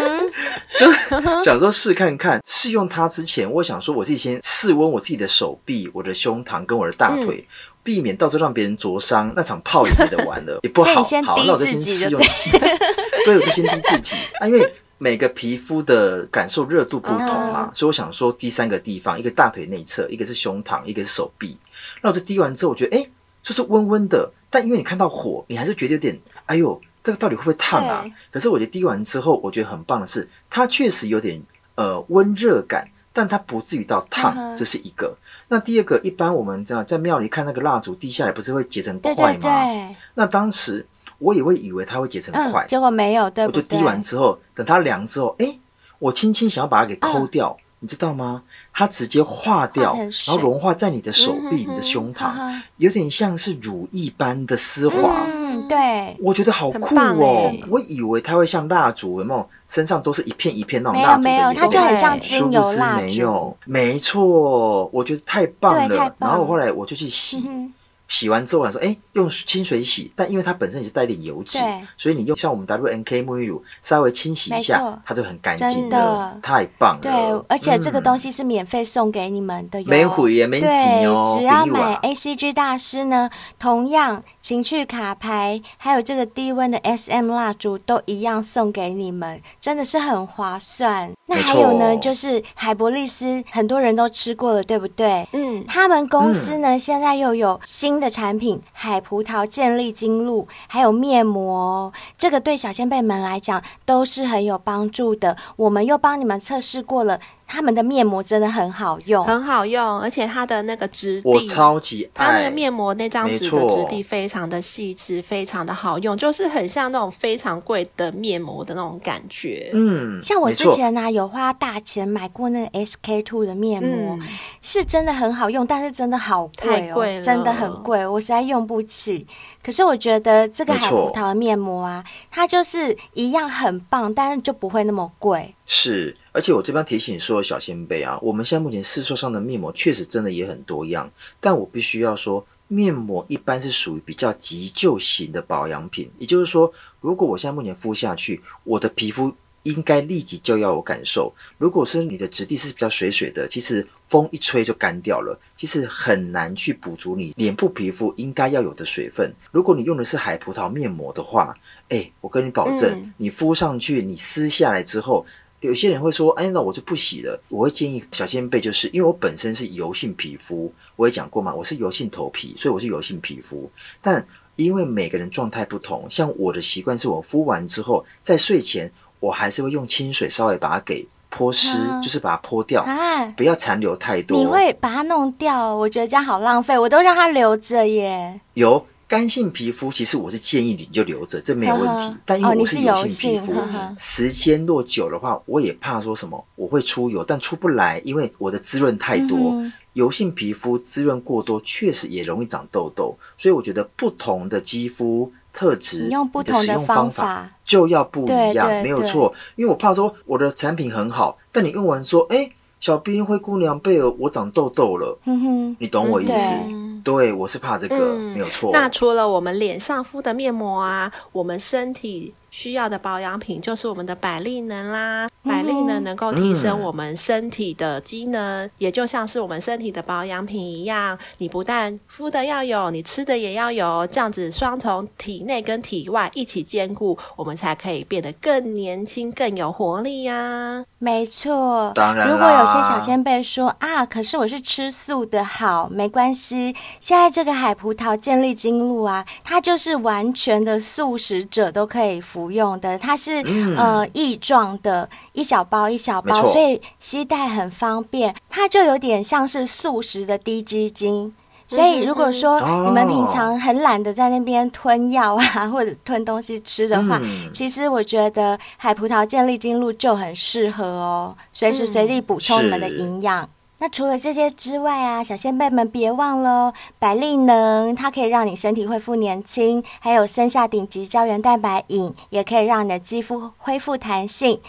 S4: 就想说试看看。试用它之前，我想说我自己先试温我自己的手臂、我的胸膛跟我的大腿。
S2: 嗯
S4: 避免到时候让别人灼伤，那场炮也没得玩 了，也不
S2: 所以
S4: 好。
S2: 你先
S4: 好，
S2: 滴
S4: 那我就
S2: 自
S4: 先
S2: 己
S4: 试
S2: 就
S4: 用自己。 对，我就先滴自己啊，因为每个皮肤的感受热度不同
S2: 嗯
S4: 嘛，所以我想说滴三个地方，一个大腿内侧，一个是胸膛，一个是手臂。那我就滴完之后，我觉得哎、诶就是温温的，但因为你看到火，你还是觉得有点，哎呦，这个到底会不会烫啊
S2: 对？
S4: 可是我觉得滴完之后，我觉得很棒的是，它确实有点呃温热感，但它不至于到烫，
S2: 嗯哼
S4: 这是一个。那第二个，一般我们这样在庙里看那个蜡烛滴下来，不是会结成
S2: 对
S4: 块吗？
S2: 对对，
S4: 那当时我也会以为它会结成
S2: 嗯
S4: 块，，
S2: 结果没有，对
S4: 我
S2: 不
S4: 就
S2: 对？
S4: 滴完之后，等它凉之后，诶，我轻轻想要把它给抠掉，你知道吗？它直接化掉，
S2: 嗯化成
S4: 然
S2: 水嗯
S4: 后融化在你的手臂、你的胸
S2: 哈
S4: 膛，
S2: 哈
S4: 有点像是乳液般的丝滑。
S2: 嗯，对，
S4: 我觉得好酷
S3: 很棒
S4: 哦！
S3: 欸
S4: 我以为它会像蜡烛，有没有？身上都是一片一片那种
S2: 没
S4: 蜡
S2: 有
S4: 烛
S2: 没
S4: 的
S2: 有，
S4: 油哎
S2: 它就很像
S4: 殊
S2: 精
S4: 不
S2: 油
S4: 知
S2: 蜡
S4: 没
S2: 烛。
S4: 有，没错，我觉得太棒
S2: 对
S4: 了。
S2: 太棒
S4: 然后后来我就去洗，
S2: 嗯
S4: 洗完之后我想说，哎、用清水洗，但因为它本身也是带一点油脂
S2: 对，
S4: 所以你用像我们 WNK 沐浴乳稍微清洗一
S2: 没错
S4: 下，它就很干净
S2: 真的
S4: 太棒了！
S2: 对，而且这个
S4: 嗯
S2: 东西是免费送给你们的哟，
S4: 没毁也没挤哦
S2: 对，只要
S4: 朋友
S2: 买
S4: 啊
S2: A C G 大师呢，同样情趣卡牌，还有这个低温的 S M 蜡烛都一样送给你们，真的是很划算。那
S4: 没
S2: 还有呢，
S4: 错
S2: 就是海博利斯，很多人都吃过了，对不对？
S3: 嗯，
S2: 他们公司呢，
S4: 嗯
S2: 现在又有新的产品——海葡萄健力精露，还有面膜，哦这个对小先辈们来讲都是很有帮助的。我们又帮你们测试过了，他们的面膜真的很好用。
S3: 很好用，而且它的那个质地，
S4: 我超级
S3: 它那个
S4: 爱。
S3: 面膜那张纸的
S4: 没
S3: 质
S4: 错
S3: 地非常的细致，非常的好用，就是很像那种非常贵的面膜的那种感觉。
S4: 嗯，
S2: 像我
S4: 没
S2: 之
S4: 错
S2: 前呢、啊有花大钱买过那个 SK two 的面膜，
S3: 嗯，
S2: 是真的很好用，但是真的好贵
S3: 太
S2: 哦，
S3: 贵了
S2: 真的很贵，我实在用不起。可是我觉得这个
S4: 没错
S2: 海葡萄的面膜啊，它就是一样很棒，但是就不会那么贵。
S4: 是，而且我这边提醒所有小先辈啊，我们现在目前市售上的面膜确实真的也很多样，但我必须要说，面膜一般是属于比较急救型的保养品，也就是说，如果我现在目前敷下去，我的皮肤。应该立即就要有感受。如果是你的质地是比较水水的，其实风一吹就干掉了，其实很难去补足你脸部皮肤应该要有的水分。如果你用的是海葡萄面膜的话，哎，我跟你保证，
S3: 嗯
S4: 你敷上去，你撕下来之后，有些人会说，哎，那我就不洗了。我会建议小先辈，就是因为我本身是油性皮肤，我也讲过嘛，我是油性头皮，所以我是油性皮肤。但因为每个人状态不同，像我的习惯是我敷完之后，在睡前我还是会用清水稍微把它给泼湿，
S2: 啊
S4: 就是把它泼掉，
S2: 啊！
S4: 不要残留太多。
S2: 你会把它弄掉，我觉得这样好浪费，我都让它留着耶。
S4: 有干性皮肤，其实我是建议你就留着，这没有问题。
S2: 呵呵
S4: 但因
S2: 哦
S4: 为
S2: 你
S4: 我
S2: 是
S4: 油
S2: 油
S4: 性
S2: 性
S4: 皮肤，
S2: 呵呵
S4: 时间若久的话，我也怕说什么我会出油，但出不来，因为我的滋润太多。
S2: 嗯哼
S4: 油性皮肤滋润过多，确实也容易长痘痘。所以我觉得不同的肌肤特质，
S2: 你用不
S4: 你的
S2: 同
S4: 使
S2: 的
S4: 用
S2: 方
S4: 方
S2: 法
S4: 就要不一样，
S2: 对对
S4: 没有错。因为我怕说我的产品很好，但你用完说，哎，小冰灰姑娘贝尔，我长痘痘了，
S2: 哼嗯哼，
S4: 你懂我意思？
S3: 嗯
S4: 对，我是怕这个，
S3: 嗯
S4: 没有错。
S3: 那除了我们脸上敷的面膜啊，我们身体需要的保养品就是我们的百利能啦。
S2: 哦
S3: 百利能能够提升我们身体的机能，也就像是我们身体的保养品一样。你不但敷的要有，你吃的也要有，这样子双重体内跟体外一起兼顾，我们才可以变得更年轻、更有活力呀、
S2: 没错，
S4: 当然啦
S2: 如果有些小先辈说啊，可是我是吃素的，好，没关系。现在这个海葡萄健力精露啊，它就是完全的素食者都可以服用的，它是、
S4: 嗯
S2: 呃液状的，一小包一小包
S4: 没，错
S2: 所以携带很方便。它就有点像是素食的低基精。所以，如果说
S4: 嗯
S2: 你们平
S4: 哦
S2: 常很懒得在那边吞药啊，或者吞东西吃的话，
S4: 嗯
S2: 其实我觉得海葡萄健力精露就很适合哦，随时随地补充你们的营养。那除了这些之外啊，小先辈们别忘了哦，百利能它可以让你身体恢复年轻，还有生下顶级胶原蛋白饮，也可以让你的肌肤恢复弹性。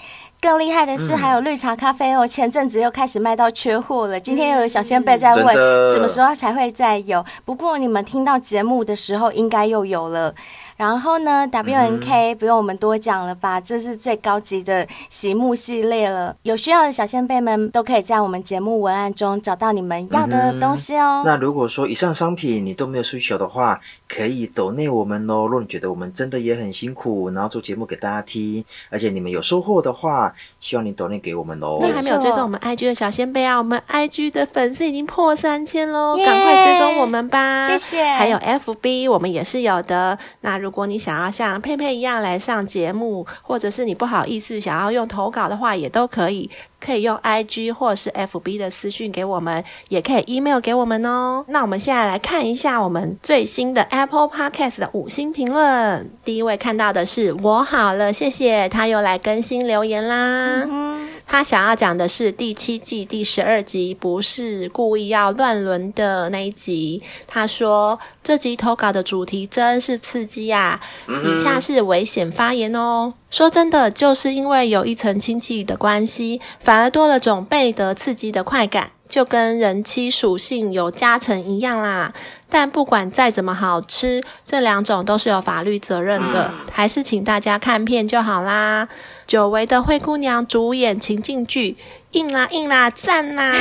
S2: 更厉害的是，还有绿茶咖啡哦，前阵子又开始卖到缺货了。今天又有小先辈在问
S4: 真的
S2: 什么时候才会再有，不过你们听到节目的时候应该又有了。然后呢，WNK、不用
S4: 嗯
S2: 我们多讲了吧，这是最高级的席幕系列了。有需要的小先辈们都可以在我们节目文案中找到你们要
S4: 嗯
S2: 的东西哦。
S4: 那如果说以上商品你都没有需求的话，可以抖内我们哦。如果你觉得我们真的也很辛苦，然后做节目给大家听，而且你们有收获的话，希望你抖内给我们哦。
S3: 那还没有
S2: 没错
S3: 追踪我们 IG 的小先贝啊，我们 IG 的粉丝已经破三千喽，
S2: 耶
S3: 赶快追踪我们吧！
S2: 谢谢
S3: 还有 FB 我们也是有的。那如果你想要像佩佩一样来上节目，或者是你不好意思想要用投稿的话，也都可以，可以用 IG 或者是 FB 的私讯给我们，也可以 email 给我们哦。那我们现在来看一下我们最新的 Apple Podcast 的五星评论。第一位看到的是我好了，谢谢他又来更新留言啦。他想要讲的是第七季第十二集，不是故意要乱伦的那一集。他说这集投稿的主题真是刺激呀、啊！以下是危险发言哦。说真的，就是因为有一层亲戚的关系，反而多了种被得刺激的快感，就跟人妻属性有加成一样啦。但不管再怎么好吃，这两种都是有法律责任的，还是请大家看片就好啦。久违的灰姑娘主演情境剧，硬啦硬啦赞啦，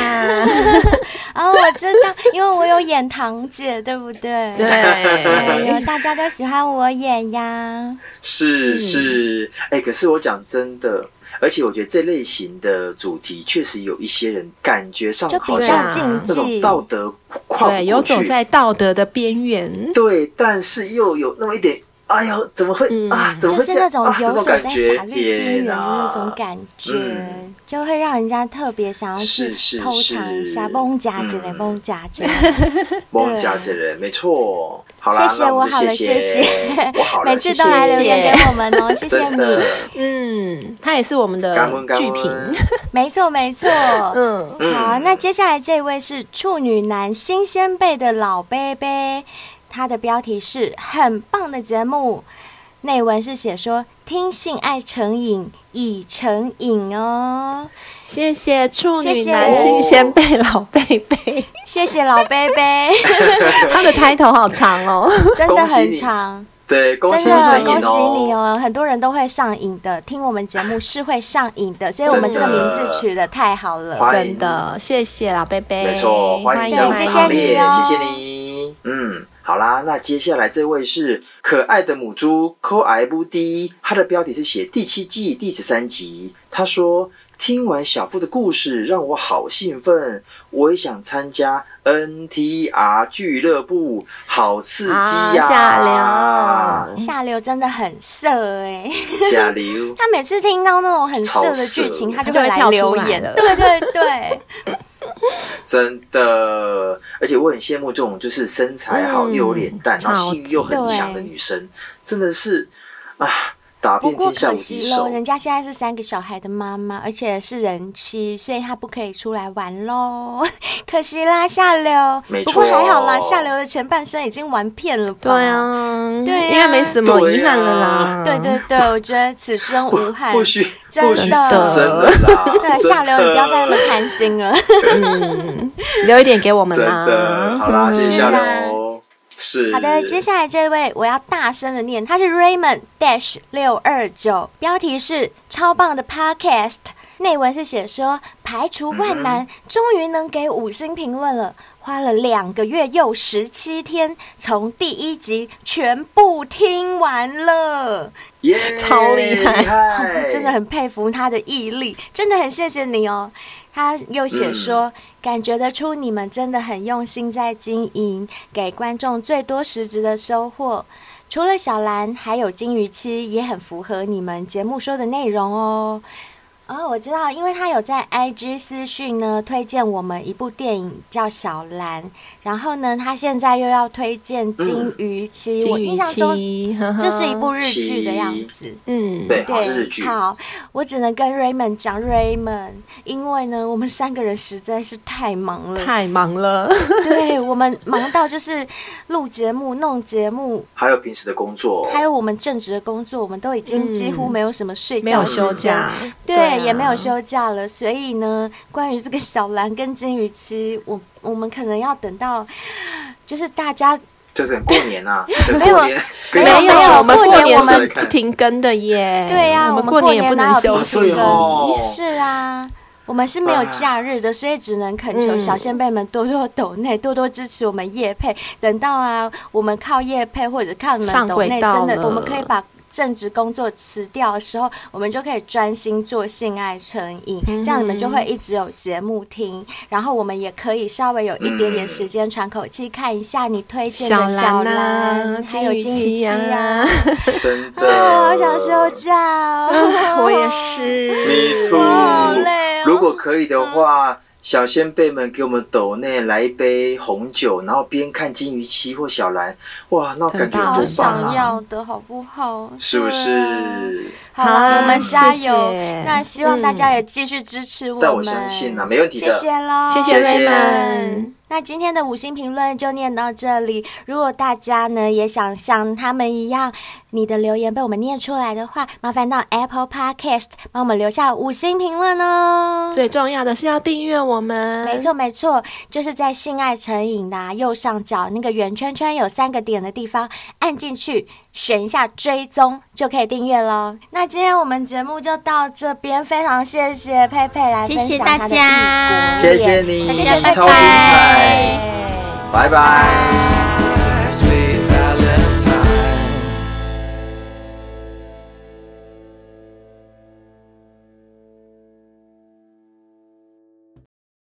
S2: 哦，我知道，因为我有演堂姐，对不对？
S3: 对，
S2: 哎呦，大家都喜欢我演呀。
S4: 是
S2: 嗯
S4: 是，哎、可是我讲真的，而且我觉得这类型的主题确实有一些人感觉上
S2: 就比
S4: 好
S2: 较
S4: 像
S2: 禁
S4: 那种
S2: 忌，
S4: 道德跨不
S3: 对，游
S4: 过
S3: 走
S4: 去，
S3: 在道德的边缘。
S4: 对，但是又有那么一点，哎呦，怎么会、
S3: 嗯
S4: 啊？怎么
S2: 就
S4: 会
S2: 是
S4: 这
S2: 那
S4: 样
S2: 种
S4: 啊？这
S2: 游走
S4: 种
S2: 在
S4: 感
S2: 法
S4: 觉，
S2: 律边缘
S4: 天
S2: 的那
S4: 哪！
S2: 种感觉
S4: 嗯，
S2: 就会让人家特别想要去
S4: 是是
S2: 偷尝一下，
S4: 是
S2: 蹦夹之类，
S4: 嗯
S2: 蹦夹之类。
S4: 孟家这人没错，好啦，
S2: 谢谢
S4: 那
S2: 我
S4: 我们
S2: 好
S4: 就
S2: 了
S4: 谢
S2: 谢谢
S4: 我好了，
S2: 每次都来留
S4: 谢谢
S2: 言给我们 哦，谢谢
S4: 真
S2: 你。
S4: 的，
S3: 嗯，它也是我们的
S4: 感恩感
S3: 剧 评
S4: 恩。，
S2: 没错没错。
S3: 嗯，
S4: 嗯
S2: 好，那接下来这位是处女男新鲜辈的老贝贝，他的标题是很棒的节目，内文是写说听性爱成瘾已成瘾哦。
S3: 谢谢处
S2: 谢
S3: 女
S2: 谢
S3: 男新鲜贝老贝贝，
S2: 谢谢老贝 贝，
S3: 他的抬头好长哦。
S2: 真的
S4: 恭喜
S2: 很
S4: 你
S2: 长，
S4: 对，恭
S2: 真
S4: 喜你
S2: 的
S4: 成
S2: 恭
S4: 瘾
S2: 喜你
S4: 哦，
S2: 哦！很多人都会上瘾的，听我们节 目是会上瘾的，所以我们这个
S4: 真的
S2: 名字取的太好了。
S4: 欢
S3: 真
S4: 迎，
S3: 的，谢谢老贝贝，
S4: 哎没错，欢迎加入
S2: 哎欢迎
S4: 行列，
S2: 谢
S4: 谢
S2: 谢
S4: 谢
S2: 你哦
S4: 你。嗯，好啦，那接下来这位是可爱的母猪 Co I B D，它的标题是写第七季第十三集。他说：“听完小夫的故事，让我好兴奋，我也想参加 NTR 俱乐部，好刺激呀、
S3: 啊下
S2: 下流真的很色哎、
S4: 下流，
S2: 他每次听到那种很色的剧情，他
S4: 超
S3: 色
S2: 就会来留
S3: 他就会跳
S2: 言
S3: 出来。了
S2: 对对 对，
S4: 真的，而且我很羡慕这种就是身材好、
S3: 嗯
S4: 又有脸蛋，然后性欲又很强的女生，真的是啊，打
S2: 不
S4: 遍
S2: 过
S4: 天下
S2: 可
S4: 无敌
S2: 惜喽，
S4: 手。
S2: 人家现在是三个小孩的妈妈，而且是人妻，所以她不可以出来玩喽， 可惜啦，下流。
S4: 没
S2: 不过
S4: 错
S2: 还好啦，下流的前半生已经玩遍了吧？
S3: 对。啊，
S2: 对啊
S3: 应该没什么遗憾了啦。
S2: 对
S4: 啊
S2: 对对，我觉得此生
S4: 不
S2: 无憾。
S4: 不许
S2: 真的
S4: 不许此生了啦！
S2: 对，
S4: 真
S2: 下流，你不要再那
S4: 的
S2: 么贪心了。
S3: 留一点给我们
S4: 真的，
S3: 啦。
S4: 好啦，谢谢
S2: 是啊
S4: 下流。哦是
S2: 好的，接下来这位我要大声的念，他是 Raymond Dash 六二九，标题是“超棒的 Podcast”，内文是写说排除万难，终于能给五星评论了。花了两个月又十七天，从第一集全部听完了，
S4: 耶，
S3: 超厉害
S4: 害
S2: 真的很佩服他的毅力，真的很谢谢你哦。他又写说，感觉得出你们真的很用心在经营，给观众最多实质的收获。除了小兰，还有金鱼期也很符合你们节目说的内容哦。哦，我知道，因为他有在 IG 私讯呢推荐我们一部电影叫《小兰》，然后呢，他现在又要推荐《金鱼期》我印
S3: 金鱼
S2: 象中
S3: 期，呵呵
S2: 这是一部日剧的样子。
S3: 嗯，
S4: 对，好，这是
S2: 对，
S4: 剧，
S2: 好，我只能跟 Raymond 讲 Raymond，因为呢，我们三个人实在是太忙了，
S3: 太忙 了。
S2: 对我们忙到就是录节目、弄节目，
S4: 还有平时的工作，
S2: 还有我们正职的工作，我们都已经
S3: 嗯
S2: 几乎没有什么睡
S3: 没
S2: 觉
S3: 有
S2: 时间、
S3: 休假，
S2: 对，
S3: 啊
S2: 也没有。休假了。所以呢，关于这个小兰跟金鱼期，我我们可能要等到，就是大家
S4: 就是很过 年啊，很
S2: 没有
S4: 过年，
S3: 没
S4: 跟大家
S2: 没有
S3: 有，我们
S2: 过
S4: 说
S3: 过
S2: 年
S3: 年
S2: 我们
S3: 是不停更的耶。
S2: 对呀、
S3: 我
S2: 我
S3: 们
S2: 们过
S3: 年不能
S2: 哪有
S3: 休
S2: 平
S4: 息
S2: 时的
S4: 啊对哦哎
S2: 是啊，我们是没有假日的，所以只能恳求
S3: 嗯
S2: 小先辈们多多抖内，多多支持我们叶配。等到啊，我们靠叶配或者靠你们
S3: 上
S2: 抖内，
S3: 轨道
S2: 真的，
S3: 了
S2: 我们可以把。正职工作辞掉的时候，我们就可以专心做性爱成瘾，
S3: 嗯
S2: 这样你们就会一直有节目听，然后我们也可以稍微有一点点时间喘口气，看一下你推荐的小
S3: 嗯兰
S2: 兰，
S3: 啊，
S2: 还有金鱼
S3: 期
S2: 期啊，
S4: 真 的，
S2: 啊，好想休 假哦
S3: 啊 我也。是。
S4: Me too。
S2: 好累哦
S4: 如果可以的话，小先辈们给我们斗内来一杯红酒，然后边看金鱼期或小兰，哇，那感觉
S3: 很棒
S2: 好
S4: 多棒
S2: 想
S4: 啊！
S2: 要的好不好？
S4: 是不
S2: 对啊？
S4: 是？
S2: 好啊，
S3: 好
S2: 我们加油！
S3: 谢谢
S2: 那希望大家也继续支持我们。
S4: 但我相信啊，没问题
S2: 谢
S4: 的。
S2: 谢喽，
S3: 哦谢嗯
S4: 谢
S3: 瑞
S4: 谢
S3: 曼，
S2: 那今天的五星评论就念到这里。如果大家呢也想像他们一样你的留言被我们念出来的话，麻烦到 Apple Podcast 帮我们留下五星评论哦。
S3: 最重要的是要订阅我们，
S2: 没
S6: 嗯
S2: 错，没错，就是在性爱成瘾的、啊、右上角那个圆圈圈有三个点的地方，按进去选一下追踪就可以订阅喽。那今天我们节目就到这边，非常谢谢佩佩来分
S6: 谢谢
S2: 享
S6: 大
S2: 她的异
S6: 家
S2: 国
S4: 谢
S2: 恋
S4: 谢你，
S6: 大家拜
S4: 超精彩，
S6: 拜
S4: 拜拜